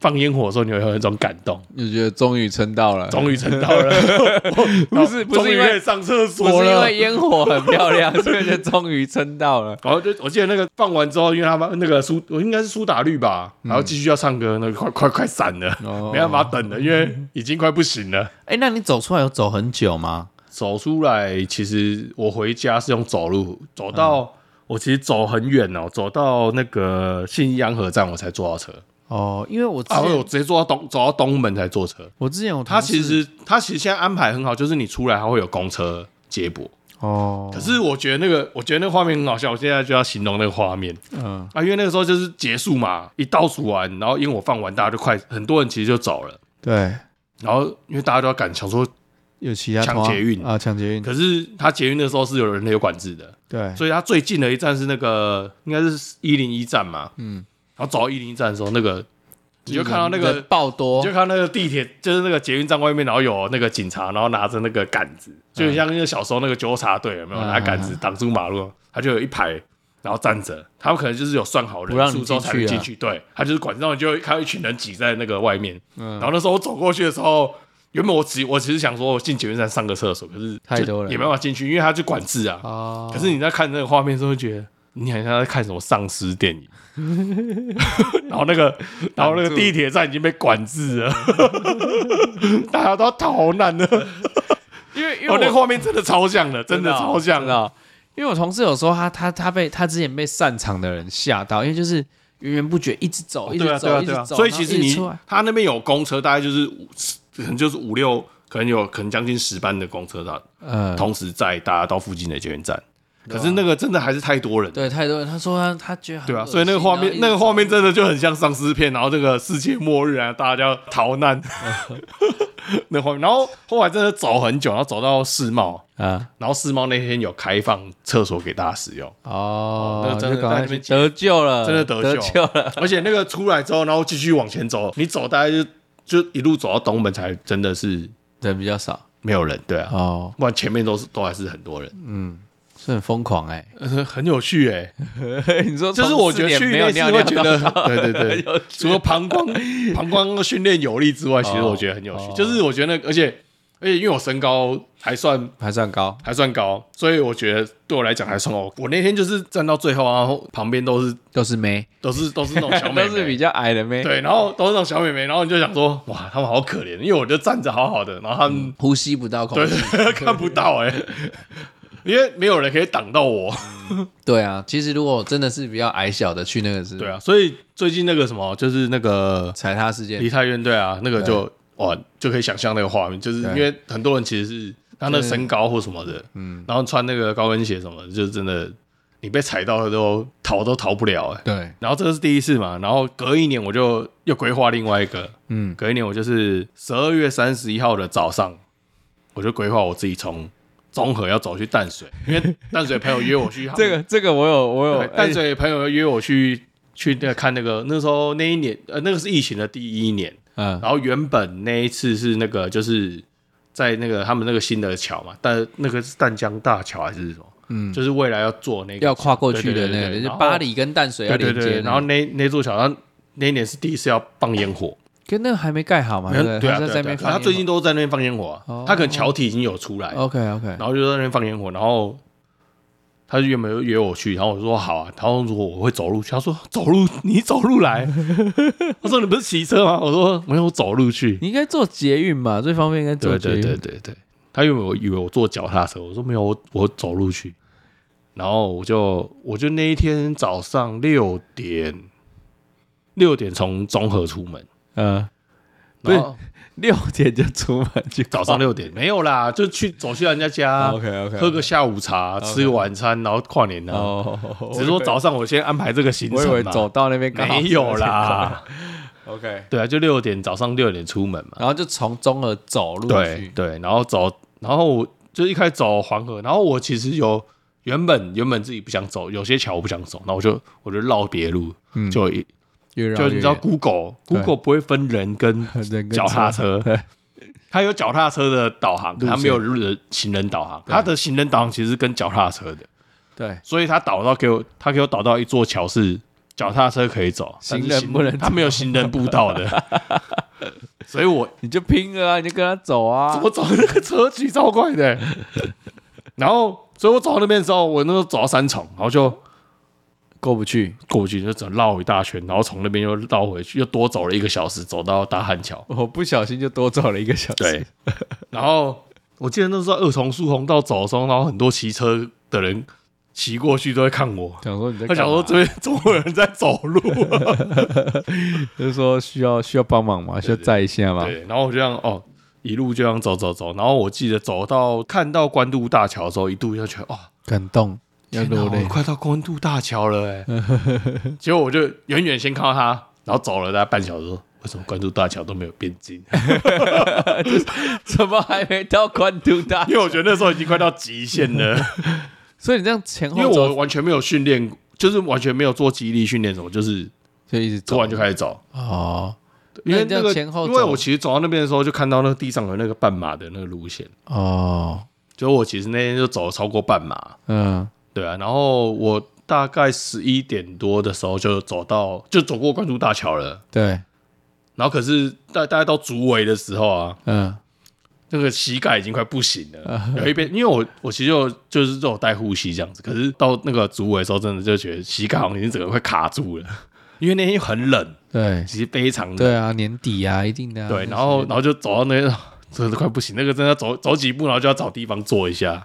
[SPEAKER 1] 放烟火的时候，你会有一种感动，
[SPEAKER 2] 就觉得终于撑到了，
[SPEAKER 1] 终于撑到了，我
[SPEAKER 2] 不是不
[SPEAKER 1] 终
[SPEAKER 2] 是
[SPEAKER 1] 于
[SPEAKER 2] 因
[SPEAKER 1] 可以
[SPEAKER 2] 为
[SPEAKER 1] 上厕
[SPEAKER 2] 不
[SPEAKER 1] 所了，
[SPEAKER 2] 是因为烟火很漂亮， 所以就终于撑到了。
[SPEAKER 1] 然后哦就我记得那个放完之后，因为他们那个苏，我应该是苏打绿吧，然后继续要唱歌，那个快 快快散了，
[SPEAKER 2] 哦
[SPEAKER 1] 没办法等了，因为已经快不行了。
[SPEAKER 3] 哎、那你走出来有走很久吗？
[SPEAKER 1] 走出来，其实我回家是用走路，走到、我其实走很远哦，走到那个信义安和站我才坐到车，
[SPEAKER 3] 哦，因为我之
[SPEAKER 1] 啊，
[SPEAKER 3] 前、
[SPEAKER 1] 我直接坐到东走到东门才坐车。
[SPEAKER 3] 我之前有同
[SPEAKER 1] 他其
[SPEAKER 3] 事
[SPEAKER 1] 实他其实现在安排很好，就是你出来他会有公车接驳。
[SPEAKER 3] 哦
[SPEAKER 1] 可，是我觉得那个，我觉得那个画面很好笑，我现在就要形容那个画面。
[SPEAKER 3] 嗯，
[SPEAKER 1] 啊，因为那个时候就是结束嘛，一倒数完，然后烟火放完，大家就快，很多人其实就走了。
[SPEAKER 3] 对，
[SPEAKER 1] 然后因为大家都要赶，想说，
[SPEAKER 3] 有其他
[SPEAKER 1] 抢
[SPEAKER 3] 同行
[SPEAKER 1] 捷运
[SPEAKER 3] 啊，抢捷运，
[SPEAKER 1] 可是他捷运的时候是有人类有管制的，
[SPEAKER 3] 对，
[SPEAKER 1] 所以他最近的一站是那个应该是一零一站嘛，
[SPEAKER 2] 嗯，
[SPEAKER 1] 然后走到一零一站的时候，那个你就看到那
[SPEAKER 3] 人
[SPEAKER 1] 个。
[SPEAKER 3] 爆多
[SPEAKER 1] 你就，看到那个地铁，就是那个捷运站外面，然后有那个警察，然后拿着那个杆子，就很像那个小时候那个纠察队有没有？
[SPEAKER 3] 嗯
[SPEAKER 1] 拿杆子挡住马路，他就有一排，然后站着，他们可能就是有算好
[SPEAKER 3] 不
[SPEAKER 1] 人
[SPEAKER 3] 让你
[SPEAKER 1] 数之后才能
[SPEAKER 3] 进去
[SPEAKER 1] 进
[SPEAKER 3] 啊
[SPEAKER 1] 去，对，他就是管制，然后你就会看到一群人挤在那个外面。
[SPEAKER 2] 嗯
[SPEAKER 1] 然后那时候我走过去的时候，原本我只我其实想说我进捷运站上个厕所，可是就
[SPEAKER 2] 太多人
[SPEAKER 1] 也没办法进去，因为他就管制啊。
[SPEAKER 2] 哦
[SPEAKER 1] 可是你在看那个画面的时候，会觉得你很像在看什么丧尸电影。 然后那个，然后那个地铁站已经被管制了， 大家都要逃难了。
[SPEAKER 2] 因为因
[SPEAKER 1] 哦，那个画面真的超像的，真的
[SPEAKER 2] 哦
[SPEAKER 1] 超像
[SPEAKER 2] 真的哦。因为我同事有时候他他他被他之前被散场的人吓到，因为就是源源不绝，一直走，一直
[SPEAKER 1] 对啊，对
[SPEAKER 2] 走，
[SPEAKER 1] 啊，
[SPEAKER 2] 一
[SPEAKER 1] 对啊。
[SPEAKER 2] 直走。
[SPEAKER 1] 所以其实
[SPEAKER 2] 然后一
[SPEAKER 1] 你
[SPEAKER 2] 直出来
[SPEAKER 1] 他那边有公车，大概就是五，可能就是五六，可能有可能将近十班的公车，它
[SPEAKER 2] 嗯，
[SPEAKER 1] 同时载大家到附近的捷运站。
[SPEAKER 2] 啊
[SPEAKER 1] 可是那个真的还是太多人了，
[SPEAKER 2] 对，太多人。他说他他觉得很
[SPEAKER 1] 对啊，
[SPEAKER 2] 恶心
[SPEAKER 1] 所以那个画面，那个画面，
[SPEAKER 2] 然后
[SPEAKER 1] 真的就很像丧尸片，然后这个世界末日啊，大家要逃难，那画面。然后后来真的走很久，然后走到世贸，
[SPEAKER 2] 一直啊
[SPEAKER 1] 然后世贸那天有开放厕所给大家使用，
[SPEAKER 2] 哦，
[SPEAKER 1] 那个真的
[SPEAKER 2] 就赶
[SPEAKER 1] 在
[SPEAKER 2] 快
[SPEAKER 1] 那边
[SPEAKER 2] 去得救了，
[SPEAKER 1] 真的得
[SPEAKER 2] 得
[SPEAKER 1] 救
[SPEAKER 2] 救了。
[SPEAKER 1] 而且那个出来之后，然后继续往前走，你走大概就就一路走到东门才真的是
[SPEAKER 2] 人比较少
[SPEAKER 1] 没有人，对啊，
[SPEAKER 2] 哦，
[SPEAKER 1] 不然前面都是都还是很多人，
[SPEAKER 2] 是很疯狂哎。
[SPEAKER 1] 呃很有趣哎、
[SPEAKER 2] 你说
[SPEAKER 1] 就是
[SPEAKER 2] 从
[SPEAKER 1] 我
[SPEAKER 2] 四
[SPEAKER 1] 觉得
[SPEAKER 2] 点
[SPEAKER 1] 去
[SPEAKER 2] 没有
[SPEAKER 1] 那次
[SPEAKER 2] 尿
[SPEAKER 1] 会
[SPEAKER 2] 尿
[SPEAKER 1] 觉得，
[SPEAKER 2] 到
[SPEAKER 1] 对对 对，
[SPEAKER 2] 有趣
[SPEAKER 1] 除了膀胱膀胱训练有力之外，其实我觉得很有趣。
[SPEAKER 2] 哦
[SPEAKER 1] 就是我觉得那个，而且而且因为我身高还算
[SPEAKER 2] 还算高，
[SPEAKER 1] 还算高，所以我觉得对我来讲还算 OK。我那天就是站到最后啊，然后旁边都是
[SPEAKER 2] 都是妹，
[SPEAKER 1] 都是都是那种小妹
[SPEAKER 2] 都是比
[SPEAKER 1] 妹。
[SPEAKER 2] 较矮的妹，
[SPEAKER 1] 对，然后都是那种小妹妹，然后你就想说，哇，她们好可怜，因为我就站着好好的，然后她们、
[SPEAKER 2] 呼吸不到空
[SPEAKER 1] 对
[SPEAKER 2] 气。
[SPEAKER 1] 对看不到哎、因为没有人可以挡到我，
[SPEAKER 2] 对啊，其实如果真的是比较矮小的去那个是，
[SPEAKER 1] 对啊，所以最近那个什么，就是那个
[SPEAKER 2] 踩踏事件
[SPEAKER 1] 梨泰院队啊，那个就哇就可以想象那个画面，就是因
[SPEAKER 2] 对
[SPEAKER 1] 为很多人其实是他那身高或什么的，嗯，然后穿那个高跟鞋什么的，就真的你被踩到了都逃都逃不了哎、
[SPEAKER 2] 对，
[SPEAKER 1] 然后这个是第一次嘛，然后隔一年我就又规划另外一个，
[SPEAKER 2] 嗯，
[SPEAKER 1] 隔一年我就是十二月三十一号的早上，我就规划我自己从中和要走去淡水， 因为淡水朋友约我去
[SPEAKER 2] 这个哎这个我有我有
[SPEAKER 1] 对，淡水朋友约我去去那个看那个，那时候那一年呃，那个是疫情的第一年，
[SPEAKER 2] 嗯
[SPEAKER 1] 然后原本那一次是那个就是在那个他们那个新的桥嘛，但那个是淡江大桥还是什么？
[SPEAKER 2] 嗯，
[SPEAKER 1] 就是未来要做那个
[SPEAKER 2] 要跨过去的
[SPEAKER 1] 对对
[SPEAKER 2] 那
[SPEAKER 1] 对
[SPEAKER 2] 个，
[SPEAKER 1] 对
[SPEAKER 2] 就
[SPEAKER 1] 然后
[SPEAKER 2] 巴黎跟淡水要
[SPEAKER 1] 对对
[SPEAKER 2] 连
[SPEAKER 1] 对，
[SPEAKER 2] 接，
[SPEAKER 1] 然后那那座桥，然后那一年是第一次要放烟火，
[SPEAKER 2] 跟那个还没盖好嘛，
[SPEAKER 1] 没有
[SPEAKER 2] 哦对不
[SPEAKER 1] 对啊，
[SPEAKER 2] 他
[SPEAKER 1] 对
[SPEAKER 2] 在
[SPEAKER 1] 啊
[SPEAKER 2] 在
[SPEAKER 1] 对啊
[SPEAKER 2] 那
[SPEAKER 1] 可
[SPEAKER 2] 边放
[SPEAKER 1] 能
[SPEAKER 2] 烟火，
[SPEAKER 1] 他最近都在那边放烟火啊
[SPEAKER 2] 哦，
[SPEAKER 1] 他可能桥体已经有出来，
[SPEAKER 2] OK OK，
[SPEAKER 1] 然后就在那边放烟火，然后他就原本约我去，然后我说好啊，然后如果我会走路去，他说走路你走路来， 他说你不是骑车吗？我说没有，我走路去。
[SPEAKER 2] 你应该坐捷运嘛，最方便应该坐
[SPEAKER 1] 对
[SPEAKER 2] 捷
[SPEAKER 1] 对对
[SPEAKER 2] 运，
[SPEAKER 1] 对对，他原本我以为我坐脚踏车，我说没有，我我走路去，然后我就我就那一天早上六点六点从中和出门，
[SPEAKER 2] 嗯，不是
[SPEAKER 1] 然后
[SPEAKER 2] 六点就出门去
[SPEAKER 1] 早上六点没有啦，就去走去人家家
[SPEAKER 2] OK 哦 OK，
[SPEAKER 1] 喝个下午茶，吃个晚餐，然后跨年呢、
[SPEAKER 2] 哦，
[SPEAKER 1] 只是说早上我先安排这个行
[SPEAKER 2] 我以
[SPEAKER 1] 程
[SPEAKER 2] 为
[SPEAKER 1] 嘛，
[SPEAKER 2] 走到那边刚好
[SPEAKER 1] 没有啦，
[SPEAKER 2] OK，
[SPEAKER 1] 对啊，就六点早上六点出门嘛。
[SPEAKER 2] 然后就从中和走路
[SPEAKER 1] 对
[SPEAKER 2] 去，
[SPEAKER 1] 对，然后走，然后我就一开始走黄河，然后我其实有原本原本自己不想走，有些桥我不想走，然后我就我就绕别路，
[SPEAKER 2] 嗯
[SPEAKER 1] 就一
[SPEAKER 2] 越绕
[SPEAKER 1] 就
[SPEAKER 2] 越
[SPEAKER 1] 你知道
[SPEAKER 2] 远
[SPEAKER 1] Google
[SPEAKER 2] 对
[SPEAKER 1] Google 不会分人跟
[SPEAKER 2] 人跟
[SPEAKER 1] 脚踏车
[SPEAKER 2] 对，
[SPEAKER 1] 它有脚踏车的导航，
[SPEAKER 2] 路
[SPEAKER 1] 它没有
[SPEAKER 2] 线
[SPEAKER 1] 人行人导航，
[SPEAKER 2] 对
[SPEAKER 1] 它的行人导航其实跟脚踏车的，
[SPEAKER 2] 对，
[SPEAKER 1] 所以它导到给我，它给我导到一座桥是脚踏车可以走，但是
[SPEAKER 2] 行人不能
[SPEAKER 1] 它没有行人步道 的，所以我
[SPEAKER 2] 你就拼了啊，你就跟他走 啊
[SPEAKER 1] 怎，么找那个车距超快的、 然后，所以我走到那边之后，我那时候走到三重，然后就
[SPEAKER 2] 过不去，
[SPEAKER 1] 过去，就整绕一大圈，然后从那边又绕回去，又多走了一个小时，走到大汉桥。
[SPEAKER 2] 我不小心就多走了一个小时。
[SPEAKER 1] 对，然后我记得那时候二重树红道走的时候，然后很多骑车的人骑过去都会看我，
[SPEAKER 2] 想说你在
[SPEAKER 1] 他
[SPEAKER 2] 干
[SPEAKER 1] 想
[SPEAKER 2] 嘛，
[SPEAKER 1] 说这边中国人在走路，啊
[SPEAKER 2] 就是说需要需要帮忙嘛，需要载一下嘛。
[SPEAKER 1] 对，然后我就这样哦，一路就这样走走走，然后我记得走到看到关渡大桥的时候，一度就觉得哦哇，
[SPEAKER 3] 感动，要
[SPEAKER 1] 天哪
[SPEAKER 3] 落
[SPEAKER 1] 我
[SPEAKER 3] 泪。
[SPEAKER 1] 快到关渡大桥了 哎、结果我就远远先看到他，然后走了大概半小时，说为什么关渡大桥都没有变近？
[SPEAKER 2] 怎么还没到关渡大
[SPEAKER 1] 因为我觉得那时候已经快到极限了，
[SPEAKER 2] 所以你这样前
[SPEAKER 1] 因为
[SPEAKER 2] 后
[SPEAKER 1] 我
[SPEAKER 2] 走，
[SPEAKER 1] 完全没有训练，就是完全没有做肌力训练什么，就是
[SPEAKER 2] 就一直
[SPEAKER 1] 走
[SPEAKER 2] 走
[SPEAKER 1] 完就开始走。
[SPEAKER 2] 哦
[SPEAKER 1] 因为那
[SPEAKER 2] 那你这
[SPEAKER 1] 个
[SPEAKER 2] 样前后走
[SPEAKER 1] 因为我其实走到那边的时候，就看到那个地上有那个半马的那个路线，
[SPEAKER 2] 哦，
[SPEAKER 1] 就我其实那天就走了超过半马，
[SPEAKER 2] 嗯，
[SPEAKER 1] 对啊，然后我大概十一点多的时候就走到，就走过关渡大桥了。
[SPEAKER 2] 对，
[SPEAKER 1] 然后可是大大概到竹围的时候啊，
[SPEAKER 2] 嗯，
[SPEAKER 1] 那个膝盖已经快不行
[SPEAKER 2] 啊
[SPEAKER 1] 了。有一边，因为我我其实有就是这种带护膝这样子，可是到那个竹围的时候，真的就觉得膝盖好像已经整个快卡住了， 因为那天又很冷，
[SPEAKER 2] 对，
[SPEAKER 1] 其实非常冷。
[SPEAKER 2] 对啊，年底啊，一定的啊、
[SPEAKER 1] 对，然后然
[SPEAKER 2] 那
[SPEAKER 1] 后就走到那 边，真的快不行，那个真的要走走几步，然后就要找地方坐一下。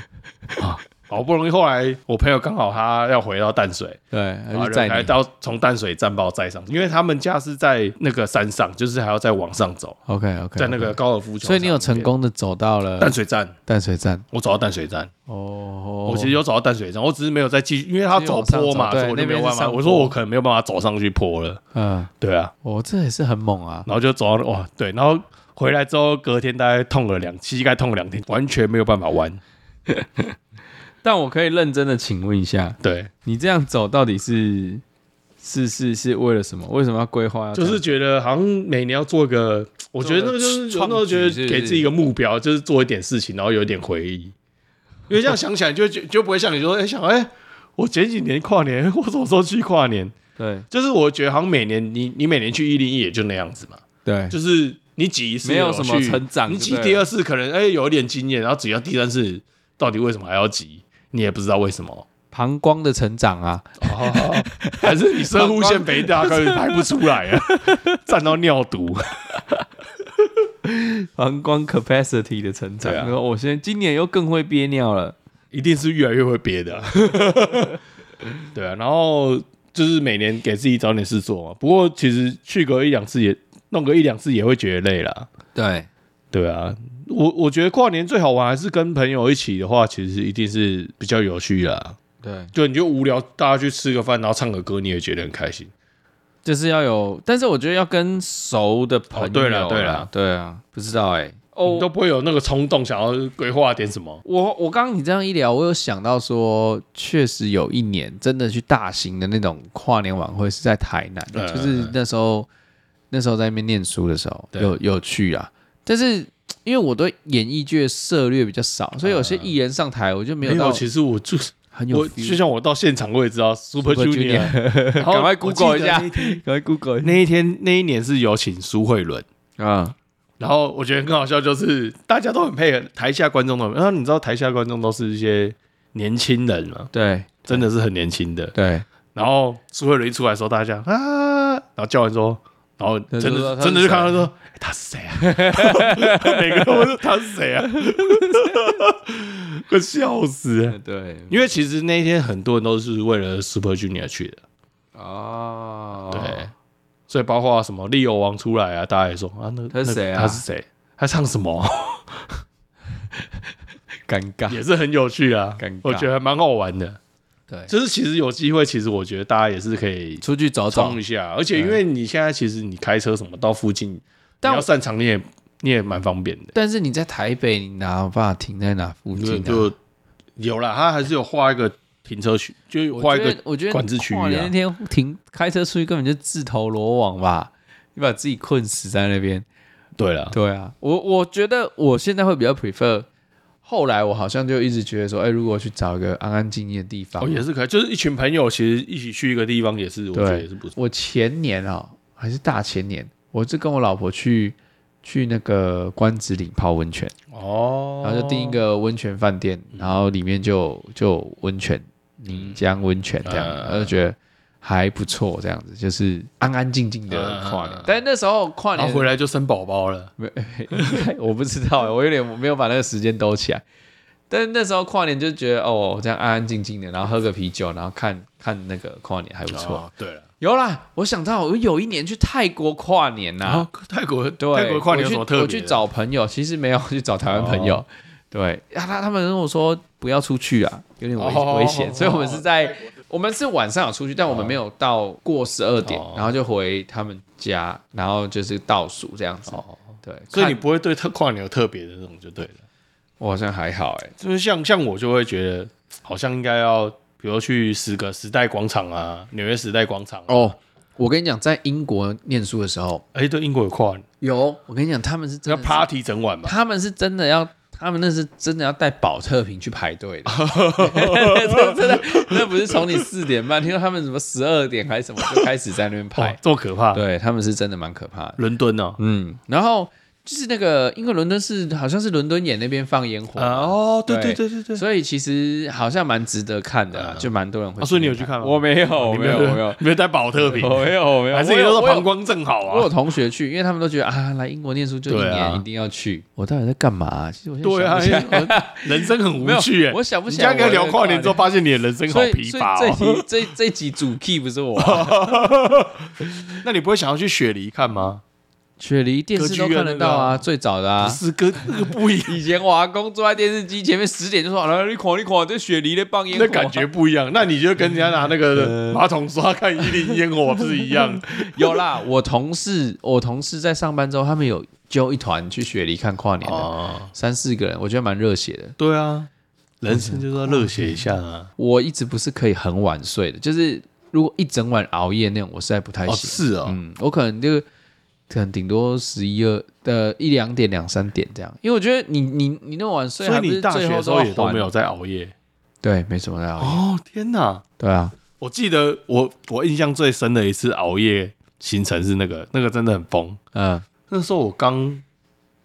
[SPEAKER 1] 啊，好不容易，后来我朋友刚好他要回到淡水，
[SPEAKER 2] 些对，
[SPEAKER 1] 然后
[SPEAKER 2] 啊还是
[SPEAKER 1] 人
[SPEAKER 2] 载
[SPEAKER 1] 还
[SPEAKER 2] 你
[SPEAKER 1] 到从淡水站把我载上，因为他们家是在那个山上，就是还要再往上走，
[SPEAKER 2] ，OK OK，
[SPEAKER 1] 在那个高尔夫球，
[SPEAKER 2] 所以你有成。功的走到了
[SPEAKER 1] 淡水站，
[SPEAKER 2] 淡水站
[SPEAKER 1] 我走到淡水站，
[SPEAKER 2] 哦，
[SPEAKER 1] 我其实有走到淡水站，我只是没有再继续，因为他走坡嘛，
[SPEAKER 2] 继续
[SPEAKER 1] 所以
[SPEAKER 2] 往上走对
[SPEAKER 1] 我就没有
[SPEAKER 2] 那边
[SPEAKER 1] 办
[SPEAKER 2] 是
[SPEAKER 1] 法。
[SPEAKER 2] 上坡
[SPEAKER 1] 我说我可能没有办法走上去坡了，
[SPEAKER 2] 嗯，
[SPEAKER 1] 对啊，
[SPEAKER 2] 我、这也是很猛啊，
[SPEAKER 1] 然后就走到哇，对，然后回来之后隔天大概痛了两，膝盖痛了两天，完全没有办法弯。
[SPEAKER 2] 但我可以认真的请问一下，
[SPEAKER 1] 对，
[SPEAKER 2] 你这样走到底是是是是为了什么？为什么要规划要这
[SPEAKER 1] 就
[SPEAKER 2] 样？
[SPEAKER 1] 是觉得好像每年要做个，我觉得那个就是有
[SPEAKER 2] 创
[SPEAKER 1] 那时候觉
[SPEAKER 2] 创举是
[SPEAKER 1] 得
[SPEAKER 2] 不是
[SPEAKER 1] 给自己一个目标，就是做一点事情，然后有一点回忆。因为这样想起来，就就就不会像你说，哎、想哎、我前几年跨年， 我什么时候去跨年？
[SPEAKER 2] 对
[SPEAKER 1] 就是我觉得好像每年你你每年去一零一也就那样 子嘛，
[SPEAKER 2] 对，
[SPEAKER 1] 就是你挤一次
[SPEAKER 2] 没有
[SPEAKER 1] 去
[SPEAKER 2] 什么成长
[SPEAKER 1] 你
[SPEAKER 2] 就
[SPEAKER 1] 挤
[SPEAKER 2] 对
[SPEAKER 1] 第
[SPEAKER 2] 了
[SPEAKER 1] 二次可能哎、有一点经验，然后挤到第三次，到底为什么还要挤？你也不知道为什么，
[SPEAKER 2] 膀胱的成长啊，
[SPEAKER 1] 哦， 还是你射护腺肥大，根本排不出来 啊，站到尿毒。
[SPEAKER 2] 膀胱 capacity 的成长。
[SPEAKER 1] 对啊
[SPEAKER 2] 然后我现在今年又更会憋尿了。
[SPEAKER 1] 一定是越来越会憋 的啊、对啊，然后就是每年给自己找点事做嘛。不过其实去个一两次也弄个一两次也会觉得累啦。
[SPEAKER 2] 对，
[SPEAKER 1] 对啊，我我觉得跨年最好玩还是跟朋友一起的话，其实一定是比较有趣啦。
[SPEAKER 2] 对，
[SPEAKER 1] 就你就无聊，大家去吃个饭，然后唱个歌，你也觉得很开心。
[SPEAKER 2] 就是要有，但是我觉得要跟熟的朋友、
[SPEAKER 1] 哦对啦对啦
[SPEAKER 2] 啦，对啊，不知道哎、
[SPEAKER 1] 你都不会有那个冲动想要规划点什么。
[SPEAKER 2] 我我刚刚你这样一聊，我有想到说，确实有一年真的去大型的那种跨年晚会是在台南，
[SPEAKER 1] 嗯
[SPEAKER 2] 就是那时候那时候在那边念书的时候
[SPEAKER 1] 对
[SPEAKER 2] 有有去啊，但是因为我对演艺界涉略比较少，所以有些艺人上台我就没有到
[SPEAKER 1] 其实我就是
[SPEAKER 2] 很
[SPEAKER 1] 我，
[SPEAKER 2] 有 feel，
[SPEAKER 1] 就像我到现场我也知道 Super
[SPEAKER 2] Super
[SPEAKER 1] Junior，然后
[SPEAKER 2] 赶快
[SPEAKER 1] 我
[SPEAKER 2] Google
[SPEAKER 1] 记得
[SPEAKER 2] 一下
[SPEAKER 1] 那一天
[SPEAKER 2] 赶快 Google 一下
[SPEAKER 1] 那一天那一年是有请苏慧伦，
[SPEAKER 2] 啊，
[SPEAKER 1] 然后我觉得很好笑，就是大家都很配合，台下观众都很，然后你知道台下观众都是一些年轻人嘛，
[SPEAKER 2] 对
[SPEAKER 1] 真的是很年轻的。
[SPEAKER 2] 对，
[SPEAKER 1] 然后苏慧伦一出来的时候，大家啊，然后叫完之后，然后真
[SPEAKER 2] 他就
[SPEAKER 1] 的
[SPEAKER 2] 说他是
[SPEAKER 1] 真的就看到说、哎他是谁啊？ 每个人都说他是谁啊？ 我笑死了！
[SPEAKER 2] 对，
[SPEAKER 1] 因为其实那一天很多人都是为了 Super Junior 去的，
[SPEAKER 2] 哦，
[SPEAKER 1] 对，所以包括什么利友王出来啊，大家也说啊，那
[SPEAKER 2] 他是谁啊
[SPEAKER 1] 那他是谁？他唱什 么？
[SPEAKER 2] 尴尬
[SPEAKER 1] 也是很有趣啊啊
[SPEAKER 2] 尴尬，
[SPEAKER 1] 我觉得还蛮好玩的。
[SPEAKER 2] 对，
[SPEAKER 1] 就是其实有机会，其实我觉得大家也是可以
[SPEAKER 2] 出去走走
[SPEAKER 1] 冲一，下，而且因为你现在其实你开车什么到附近，你
[SPEAKER 2] 但
[SPEAKER 1] 要擅长你也你也蛮方便的，
[SPEAKER 2] 但是你在台北，你哪有办法停在哪附
[SPEAKER 1] 就
[SPEAKER 2] 近啊？
[SPEAKER 1] 就有了，他还是有画一个停车区，就
[SPEAKER 2] 我
[SPEAKER 1] 画一
[SPEAKER 2] 觉
[SPEAKER 1] 个
[SPEAKER 2] 得，我觉得
[SPEAKER 1] 管制区域啊
[SPEAKER 2] 跨年那天停开车出去根本就自投罗网吧，你把自己困死在那边。
[SPEAKER 1] 对了，
[SPEAKER 2] 对啊，我我觉得我现在会比较 prefer。后来我好像就一直觉得说，哎、如果去找一个安安静静的地方，
[SPEAKER 1] 哦也是可以，就是一群朋友其实一起去一个地方也是，我觉得也是不错。
[SPEAKER 2] 我前年啊、还是大前年，我是跟我老婆去去那个关子岭泡温泉，
[SPEAKER 1] 哦，
[SPEAKER 2] 然后就订一个温泉饭店，然后里面就就有温泉，泥浆温泉这样，
[SPEAKER 1] 嗯
[SPEAKER 2] 然后就觉得还不错，这样子就是安安静静的跨年。
[SPEAKER 1] 嗯
[SPEAKER 2] 但那时候跨
[SPEAKER 1] 然
[SPEAKER 2] 年
[SPEAKER 1] 后回来就生宝宝了。
[SPEAKER 2] 没，应该 我不知道欸，我有点没有把那个时间兜起来。但是那时候跨年就觉得哦，这样安安静静的，然后喝个啤酒，然后看看那个跨年还不错。
[SPEAKER 1] 哦，对了，
[SPEAKER 2] 有啦，我想到我有一年去泰国跨年啊呐、
[SPEAKER 1] 然后泰国
[SPEAKER 2] 对，
[SPEAKER 1] 泰国跨年有什么特别的？
[SPEAKER 2] 我去？我去找朋友，其实没有去找台湾朋友。对，啊、他他们跟我说不要出去啊，有点危
[SPEAKER 1] 哦
[SPEAKER 2] 危险，所以我们是在
[SPEAKER 1] 泰国
[SPEAKER 2] 我们是晚上有出去，但我们没有到过十二点
[SPEAKER 1] 哦，
[SPEAKER 2] 然后就回他们家，然后就是倒数这样子。
[SPEAKER 1] 哦，
[SPEAKER 2] 对，
[SPEAKER 1] 所以你
[SPEAKER 2] 看
[SPEAKER 1] 不会对特跨年有特别的那种就对了。
[SPEAKER 2] 我好像还好哎、
[SPEAKER 1] 就是像像我就会觉得，好像应该要，比如去十个时代广场啊，纽约时代广场、啊。
[SPEAKER 2] 哦，我跟你讲，在英国念书的时候，
[SPEAKER 1] 哎、对，英国有跨年，
[SPEAKER 2] 有我跟你讲，他们是真
[SPEAKER 1] 要
[SPEAKER 2] 的是
[SPEAKER 1] party 整晚嘛。
[SPEAKER 2] 他们是真的要，他们那是真的要带保特瓶去排队的， 这真的，那不是从你四点半听到他们什么十二点还是什么就开始在那边
[SPEAKER 1] 哇
[SPEAKER 2] 排，，
[SPEAKER 1] 哦这么可怕！
[SPEAKER 2] 对他们是真的蛮可怕的。
[SPEAKER 1] 伦敦哦、
[SPEAKER 2] 嗯，然后就是那个，因为伦敦是好像是伦敦眼那边放烟火
[SPEAKER 1] 啊，哦，对对对
[SPEAKER 2] 对
[SPEAKER 1] 对对，
[SPEAKER 2] 所以其实好像蛮值得看的啦，就蛮多人会
[SPEAKER 1] 啊
[SPEAKER 2] 去
[SPEAKER 1] 所
[SPEAKER 2] 那边看。
[SPEAKER 1] 以你有去看吗
[SPEAKER 2] 我没有，我哦没有，我没有，
[SPEAKER 1] 没有带保特 瓶，
[SPEAKER 2] 我没有，我没有，
[SPEAKER 1] 还是
[SPEAKER 2] 我
[SPEAKER 1] 你
[SPEAKER 2] 有
[SPEAKER 1] 都是
[SPEAKER 2] 我有
[SPEAKER 1] 膀胱正好
[SPEAKER 2] 我有
[SPEAKER 1] 啊？
[SPEAKER 2] 同学去，因为他们都觉得啊，来英国念书就一
[SPEAKER 1] 对啊
[SPEAKER 2] 年一定要去。我到底在干嘛啊、其实我现
[SPEAKER 1] 对啊
[SPEAKER 2] 在想不起来，
[SPEAKER 1] 人生很无趣哎、
[SPEAKER 2] 我想不
[SPEAKER 1] 你
[SPEAKER 2] 起
[SPEAKER 1] 这样
[SPEAKER 2] 来。
[SPEAKER 1] 跟他聊跨年之后，，发现你的人生好
[SPEAKER 2] 所以
[SPEAKER 1] 疲
[SPEAKER 2] 所
[SPEAKER 1] 乏哦、
[SPEAKER 2] 以这集这这集主 key 不是 我啊，
[SPEAKER 1] 那你不会想要去雪梨看吗？
[SPEAKER 2] 雪梨电视都看得到啊，最早的
[SPEAKER 1] 不
[SPEAKER 2] 啊。
[SPEAKER 1] 是跟那个不一样，
[SPEAKER 2] 以前我阿公坐在电视机前面十点就说：“啊来，你狂你狂，这雪梨的棒烟火嗯
[SPEAKER 1] 那感觉不一样。那你就跟人家拿那个马桶刷看一零烟 火不是一样？
[SPEAKER 2] 有啦。”我同事，我同事在上班之后，他们有揪一团去雪梨看跨年的，
[SPEAKER 1] 哦，
[SPEAKER 2] 三四个人，我觉得蛮热血的。
[SPEAKER 1] 对啊，人生就是要热血一下啊！
[SPEAKER 2] 我一直不是可以很晚睡的，就是如果一整晚熬夜那种，我实在不太
[SPEAKER 1] 哦，
[SPEAKER 2] 行。
[SPEAKER 1] 是哦，
[SPEAKER 2] 嗯，我可能就可能顶多十一二呃一两点两三点这样，因为我觉得你你你那么晚睡，
[SPEAKER 1] 所
[SPEAKER 2] 还
[SPEAKER 1] 以
[SPEAKER 2] 不是
[SPEAKER 1] 你大学
[SPEAKER 2] 最后
[SPEAKER 1] 的时候
[SPEAKER 2] 要
[SPEAKER 1] 也都
[SPEAKER 2] 还
[SPEAKER 1] 没有在熬夜
[SPEAKER 2] 对，没什么在熬夜。
[SPEAKER 1] 哦？天哪！
[SPEAKER 2] 对啊，
[SPEAKER 1] 我记得我我印象最深的一次熬夜行程是那个那个真的很疯。
[SPEAKER 2] 嗯
[SPEAKER 1] 那时候我刚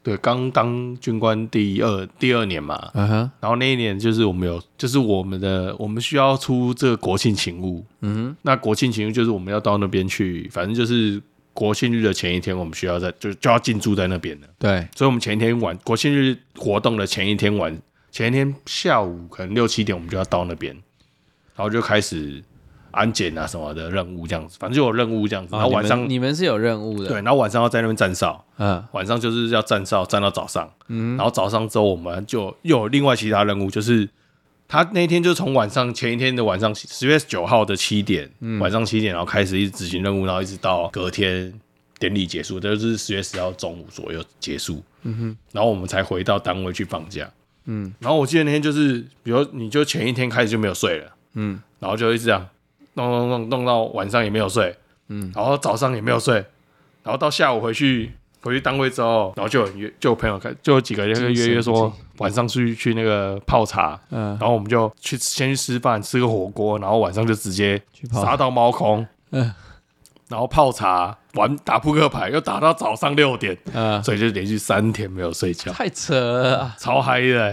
[SPEAKER 1] 对刚当军官第二第二年嘛，
[SPEAKER 2] 嗯哼
[SPEAKER 1] 然后那一年就是我们有，就是我们的我们需要出这个国庆勤务，
[SPEAKER 2] 嗯
[SPEAKER 1] 那国庆勤务就是我们要到那边去，反正就是国庆日的前一天，我们需要在就就要进驻在那边了。
[SPEAKER 2] 哼，对，
[SPEAKER 1] 所以我们前一天晚国庆日活动的前一天晚，前一天下午可能六七点，我们就要到那边，然后就开始安检啊什么的任务这样子，反正就有任务这样子。然后晚
[SPEAKER 2] 哦你
[SPEAKER 1] 上、
[SPEAKER 2] 们你们是有任务的，
[SPEAKER 1] 对，，然后晚上要在那边站哨，
[SPEAKER 2] 嗯
[SPEAKER 1] 晚上就是要站哨站到早上，然后早上之后我们就又有另外其他任务，就是他那天就从晚上前一天的晚上十月九号的七点，晚上七点，然后开始一直执行任务，然后一直到隔天典礼结束，这就是十月十号中午左右结束，然后我们才回到单位去放假，嗯，然后我记得那天就是，比如你就前一天开始就没有睡了，嗯，然后就一直这样弄弄弄弄到晚上也没有睡，嗯，然后早上也没有睡。然后到下午回去回去单位之后，然后就有人约，就有朋友开，就有几个人约约说晚上去去那个泡茶，
[SPEAKER 2] 嗯
[SPEAKER 1] 然后我们就去先去吃饭，吃个火锅，然后晚上就直接
[SPEAKER 2] 去泡茶
[SPEAKER 1] 杀到猫空，
[SPEAKER 2] 嗯
[SPEAKER 1] 然后泡茶玩打扑克牌，又打到早上六点，
[SPEAKER 2] 嗯，
[SPEAKER 1] 所以就连续三天没有睡 觉，
[SPEAKER 2] 太扯了啊，
[SPEAKER 1] 超嗨的欸、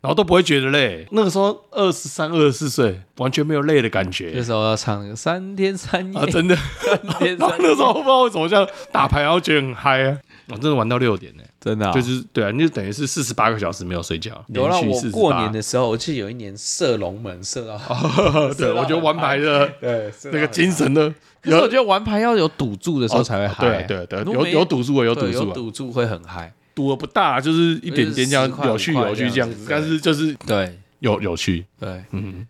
[SPEAKER 1] 然后都不会觉得累，那个时候二十三、二十四岁，完全没有累的感
[SPEAKER 2] 这
[SPEAKER 1] 觉
[SPEAKER 2] 时候要唱三天三夜
[SPEAKER 1] 啊！，真 的，
[SPEAKER 2] 三 天
[SPEAKER 1] 然后
[SPEAKER 2] 三
[SPEAKER 1] 那时
[SPEAKER 2] 夜，
[SPEAKER 1] 候不知道为什么这样打牌，然后觉得很嗨啊！我真的玩到六点呢、欸
[SPEAKER 2] 真的啊
[SPEAKER 1] 就是对啊，你就等于是四十八个小时没有睡觉，
[SPEAKER 2] 有让
[SPEAKER 1] 连续48
[SPEAKER 2] 我过年，的时候，我记得有一年射龙门射到，
[SPEAKER 1] 对我觉得玩牌 的
[SPEAKER 2] 对，射到
[SPEAKER 1] 那个精神呢，
[SPEAKER 2] 可是我
[SPEAKER 1] 有
[SPEAKER 2] 觉得玩牌要有赌注的时候才会嗨、
[SPEAKER 1] 对对对，
[SPEAKER 2] 如
[SPEAKER 1] 有
[SPEAKER 2] 果没
[SPEAKER 1] 有赌注的有赌
[SPEAKER 2] 对
[SPEAKER 1] 注
[SPEAKER 2] 哦有
[SPEAKER 1] 啊，
[SPEAKER 2] 赌注会很嗨。
[SPEAKER 1] 赌的不大，就是一点点这样
[SPEAKER 2] 就是10块
[SPEAKER 1] 有趣有趣这样
[SPEAKER 2] 5
[SPEAKER 1] 子
[SPEAKER 2] 块，
[SPEAKER 1] 但是就是
[SPEAKER 2] 对
[SPEAKER 1] 有有趣，
[SPEAKER 2] 对，
[SPEAKER 1] 嗯，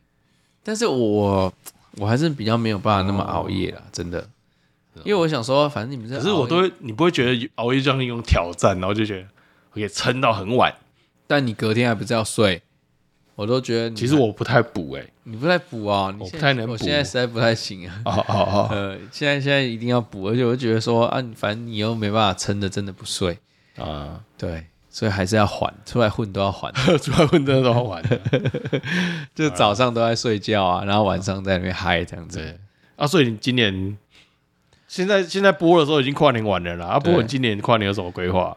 [SPEAKER 2] 但是我我还是比较没有办法那么熬夜啦，真的，因为我想说，反正你们这
[SPEAKER 1] 可是我都
[SPEAKER 2] 熬夜，
[SPEAKER 1] 会，你不会觉得熬夜像一种挑战，然后就觉得可以撑到很晚。
[SPEAKER 2] 但你隔天还不是要睡，我都觉得你
[SPEAKER 1] 嗯其实我不太补哎、
[SPEAKER 2] 你不太补啊，你
[SPEAKER 1] 我
[SPEAKER 2] 现
[SPEAKER 1] 不
[SPEAKER 2] 在
[SPEAKER 1] 太能
[SPEAKER 2] 我
[SPEAKER 1] 补
[SPEAKER 2] 现在实在不太行啊。
[SPEAKER 1] 哦哦哦
[SPEAKER 2] 呃，现在现在一定要补，而且我就觉得说啊，你反正你又没办法撑的，真的不睡，
[SPEAKER 1] 啊，
[SPEAKER 2] 对，所以还是要缓，出来混都要缓，
[SPEAKER 1] 出来混真的都好 玩的。
[SPEAKER 2] 就早上都在睡觉啊，然后晚上在那边嗨这样子。
[SPEAKER 1] 对啊，所以你今年现在现在播的时候已经跨年完了啦。啊，不过
[SPEAKER 2] 对
[SPEAKER 1] 你今年跨年有什么规划？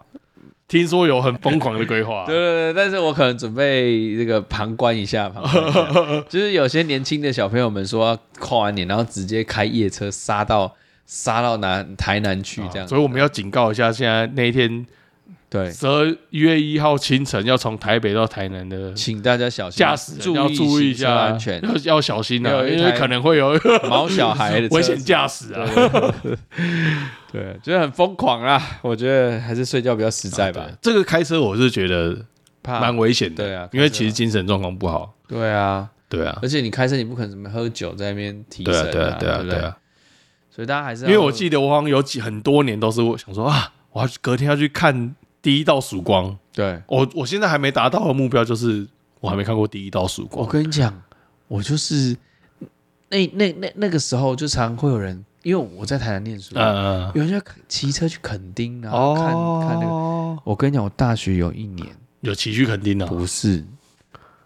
[SPEAKER 1] 听说有很疯狂的规划、啊
[SPEAKER 2] 对对对，但是我可能准备这个旁观一下，旁观一 下就是有些年轻的小朋友们说要跨完年，然后直接开夜车杀到杀到南台南去这样，
[SPEAKER 1] 啊所以我们要警告一下，现在那一天
[SPEAKER 2] 对，
[SPEAKER 1] 十二月一号清晨要从台北到台南的
[SPEAKER 2] 请大家小心
[SPEAKER 1] 驾驶
[SPEAKER 2] 注
[SPEAKER 1] 人要注意一
[SPEAKER 2] 行车
[SPEAKER 1] 下
[SPEAKER 2] 安全，
[SPEAKER 1] 要要小心啊，
[SPEAKER 2] 没有一
[SPEAKER 1] 因
[SPEAKER 2] 台
[SPEAKER 1] 为可能会 有
[SPEAKER 2] 毛小孩的车
[SPEAKER 1] 危险驾驶啊。
[SPEAKER 2] 对，觉得很疯狂啦。我觉得还是睡觉比较实在吧
[SPEAKER 1] 对，这个开车我是觉得
[SPEAKER 2] 怕
[SPEAKER 1] 蛮危险的，
[SPEAKER 2] 对啊
[SPEAKER 1] 因为
[SPEAKER 2] 开车
[SPEAKER 1] 其实精神状况不好，
[SPEAKER 2] 对啊，
[SPEAKER 1] 对啊，
[SPEAKER 2] 而且你开车你不可能什么喝酒在那边提神
[SPEAKER 1] 对啊，对啊，对啊，
[SPEAKER 2] 不
[SPEAKER 1] 对啊，
[SPEAKER 2] 所以大家还是
[SPEAKER 1] 因为我记得我好像有几很多年都是我想说啊，我要去隔天要去看第一道曙光，
[SPEAKER 2] 对，
[SPEAKER 1] 我我现在还没达到的目标就是我还没看过第一道曙
[SPEAKER 2] 我
[SPEAKER 1] 光，
[SPEAKER 2] 跟你讲，我就是那那那那个时候就常会有人，因为我在台南念书，
[SPEAKER 1] 嗯，哦
[SPEAKER 2] 有人就骑车去垦丁，然后看、看那个。
[SPEAKER 1] 个
[SPEAKER 2] 我跟你讲，我大学有一年
[SPEAKER 1] 有崎岖肯定的，
[SPEAKER 2] 不是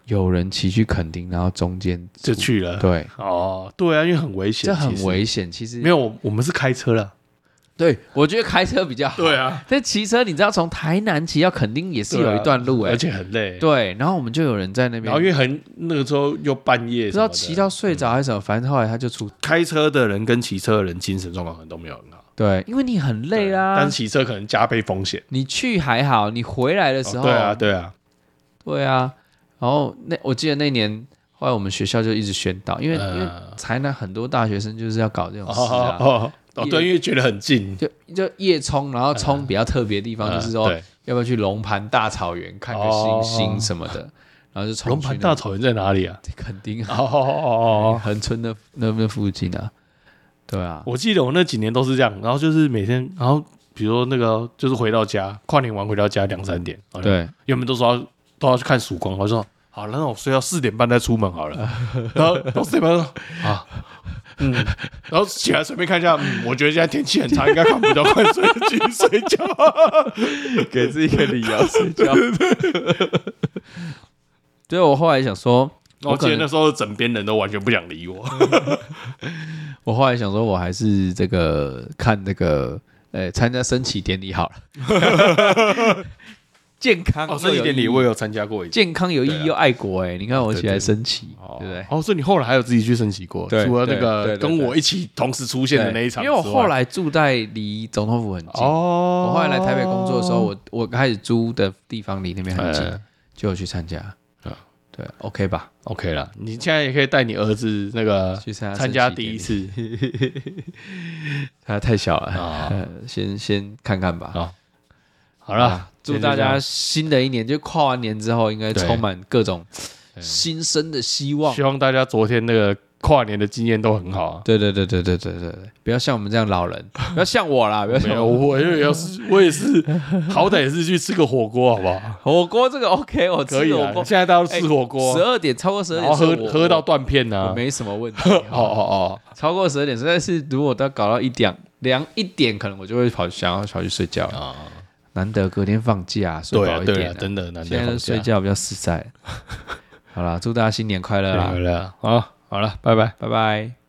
[SPEAKER 2] 有人骑去垦丁，然后中间
[SPEAKER 1] 就去了，
[SPEAKER 2] 对，
[SPEAKER 1] 哦，对啊，因为很危险，
[SPEAKER 2] 这很
[SPEAKER 1] 其实
[SPEAKER 2] 危险。其实
[SPEAKER 1] 没有，我我们是开车了，
[SPEAKER 2] 对，我觉得开车比较好。
[SPEAKER 1] 对啊，
[SPEAKER 2] 但骑车，你知道从台南骑到垦丁也是
[SPEAKER 1] 对啊
[SPEAKER 2] 有一段路哎、
[SPEAKER 1] 而且很累，
[SPEAKER 2] 对，然后我们就有人在那边，
[SPEAKER 1] 然后嗯因为很那个时候又半夜，
[SPEAKER 2] 不知道骑到睡着还是什么，反正后来他就出
[SPEAKER 1] 开车的人跟骑车的人精神状况可能都没有很好，
[SPEAKER 2] 对，因为你很累啊啦、
[SPEAKER 1] 但骑车可能加倍风险。
[SPEAKER 2] 你去还好，你回来的时
[SPEAKER 1] 哦
[SPEAKER 2] 候，
[SPEAKER 1] 对啊，对啊，
[SPEAKER 2] 对啊然后那我记得那年后来我们学校就一直宣导，因为、因为
[SPEAKER 1] 嗯
[SPEAKER 2] 台南很多大学生就是要搞这种
[SPEAKER 1] 哦
[SPEAKER 2] 事
[SPEAKER 1] 哦
[SPEAKER 2] 啊，
[SPEAKER 1] 哦哦，
[SPEAKER 2] 夜
[SPEAKER 1] 对，因为觉得很近，
[SPEAKER 2] 就就夜冲，然后冲比较特别的地方、
[SPEAKER 1] 嗯
[SPEAKER 2] 就是说
[SPEAKER 1] 对哦
[SPEAKER 2] 要不要去龙盘大草原看个星星什么的，然后就冲
[SPEAKER 1] 龙
[SPEAKER 2] 去
[SPEAKER 1] 盘
[SPEAKER 2] 那
[SPEAKER 1] 大草原在哪里啊？
[SPEAKER 2] 垦丁啊
[SPEAKER 1] 哦哦哦哦，
[SPEAKER 2] 横村那那那附近啊，对啊，
[SPEAKER 1] 我记得我那几年都是这样，然后就是每天，然后比如说那个就是回到家，跨年完回到家两三点，然后就，
[SPEAKER 2] 对，
[SPEAKER 1] 原本都说要都要去看曙光，我就说好，那我睡到四点半再出门好 了，然后到四点半说啊。嗯，然后起来随便看一下，嗯，我觉得现在天气很差，应该看不到，快睡去睡觉。
[SPEAKER 2] 给自己一个理由睡觉。对，我后来想说，
[SPEAKER 1] 我
[SPEAKER 2] 我
[SPEAKER 1] 记
[SPEAKER 2] 可
[SPEAKER 1] 得那
[SPEAKER 2] 能
[SPEAKER 1] 时候枕边人都完全不想理 我。
[SPEAKER 2] 我后来想说，我还是这个看这个，呃，参加升旗典礼好了， 健康
[SPEAKER 1] 哦，升旗典礼我也有参加过一次。
[SPEAKER 2] 健康有意
[SPEAKER 1] 对
[SPEAKER 2] 义
[SPEAKER 1] 啊
[SPEAKER 2] 又爱国，哎，你看我起来
[SPEAKER 1] 对对
[SPEAKER 2] 升旗，
[SPEAKER 1] 哦
[SPEAKER 2] 对不对？
[SPEAKER 1] 哦，所以你后来还有自己去升旗过，
[SPEAKER 2] 对
[SPEAKER 1] 除了那
[SPEAKER 2] 对
[SPEAKER 1] 个
[SPEAKER 2] 对对
[SPEAKER 1] 跟我一起同时出现的那一场之
[SPEAKER 2] 对因
[SPEAKER 1] 外，
[SPEAKER 2] 为我后来住在离总统府很近。
[SPEAKER 1] 哦，
[SPEAKER 2] 我后来来台北工作的时候，我我开始租的地方离那边很近，
[SPEAKER 1] 嗯
[SPEAKER 2] 就有去参加
[SPEAKER 1] 嗯。
[SPEAKER 2] 对，OK 吧？
[SPEAKER 1] OK 了，你现在也可以带你儿子那个
[SPEAKER 2] 去参加
[SPEAKER 1] 参加第一次
[SPEAKER 2] 他太小了，
[SPEAKER 1] 啊。
[SPEAKER 2] 呃先先看看吧。
[SPEAKER 1] 好 好了
[SPEAKER 2] 啊，祝大家新的一年，就跨完年之后，应该
[SPEAKER 1] 对
[SPEAKER 2] 充满各种
[SPEAKER 1] 对
[SPEAKER 2] 新生的希望
[SPEAKER 1] 希。望大家昨天那个跨年的经验都很好啊。
[SPEAKER 2] 对对对对对对对对，不要像我们这样老 人，不要像我啦，不要
[SPEAKER 1] 没
[SPEAKER 2] 像
[SPEAKER 1] 有，
[SPEAKER 2] 我。
[SPEAKER 1] 我也要是，我也 是，好歹也是去吃个火锅，好不好？
[SPEAKER 2] 火锅这个 OK，我
[SPEAKER 1] 可
[SPEAKER 2] 吃
[SPEAKER 1] 以
[SPEAKER 2] 火
[SPEAKER 1] 啊，
[SPEAKER 2] 锅
[SPEAKER 1] 现，在大家都吃火锅
[SPEAKER 2] 十，二点超过十二
[SPEAKER 1] 然
[SPEAKER 2] 点
[SPEAKER 1] 后
[SPEAKER 2] 是
[SPEAKER 1] 喝
[SPEAKER 2] 我
[SPEAKER 1] 喝到啊断片
[SPEAKER 2] 我
[SPEAKER 1] 呢
[SPEAKER 2] 我。没什 么问题。
[SPEAKER 1] 哦哦
[SPEAKER 2] 超过十二点，实在是如果到搞到一点两一点，可能我就会跑想要跑去睡觉
[SPEAKER 1] 哦
[SPEAKER 2] 了。
[SPEAKER 1] 啊，
[SPEAKER 2] 难得隔天放假，睡
[SPEAKER 1] 对
[SPEAKER 2] 饱
[SPEAKER 1] 啊
[SPEAKER 2] 一
[SPEAKER 1] 对
[SPEAKER 2] 点
[SPEAKER 1] 啊，
[SPEAKER 2] 啊、
[SPEAKER 1] 真的难得
[SPEAKER 2] 现在
[SPEAKER 1] 放假
[SPEAKER 2] 睡觉比 较实在。好啦，祝大家新年快乐啦
[SPEAKER 1] 啊对！了，好，好了，拜拜。
[SPEAKER 2] 拜拜。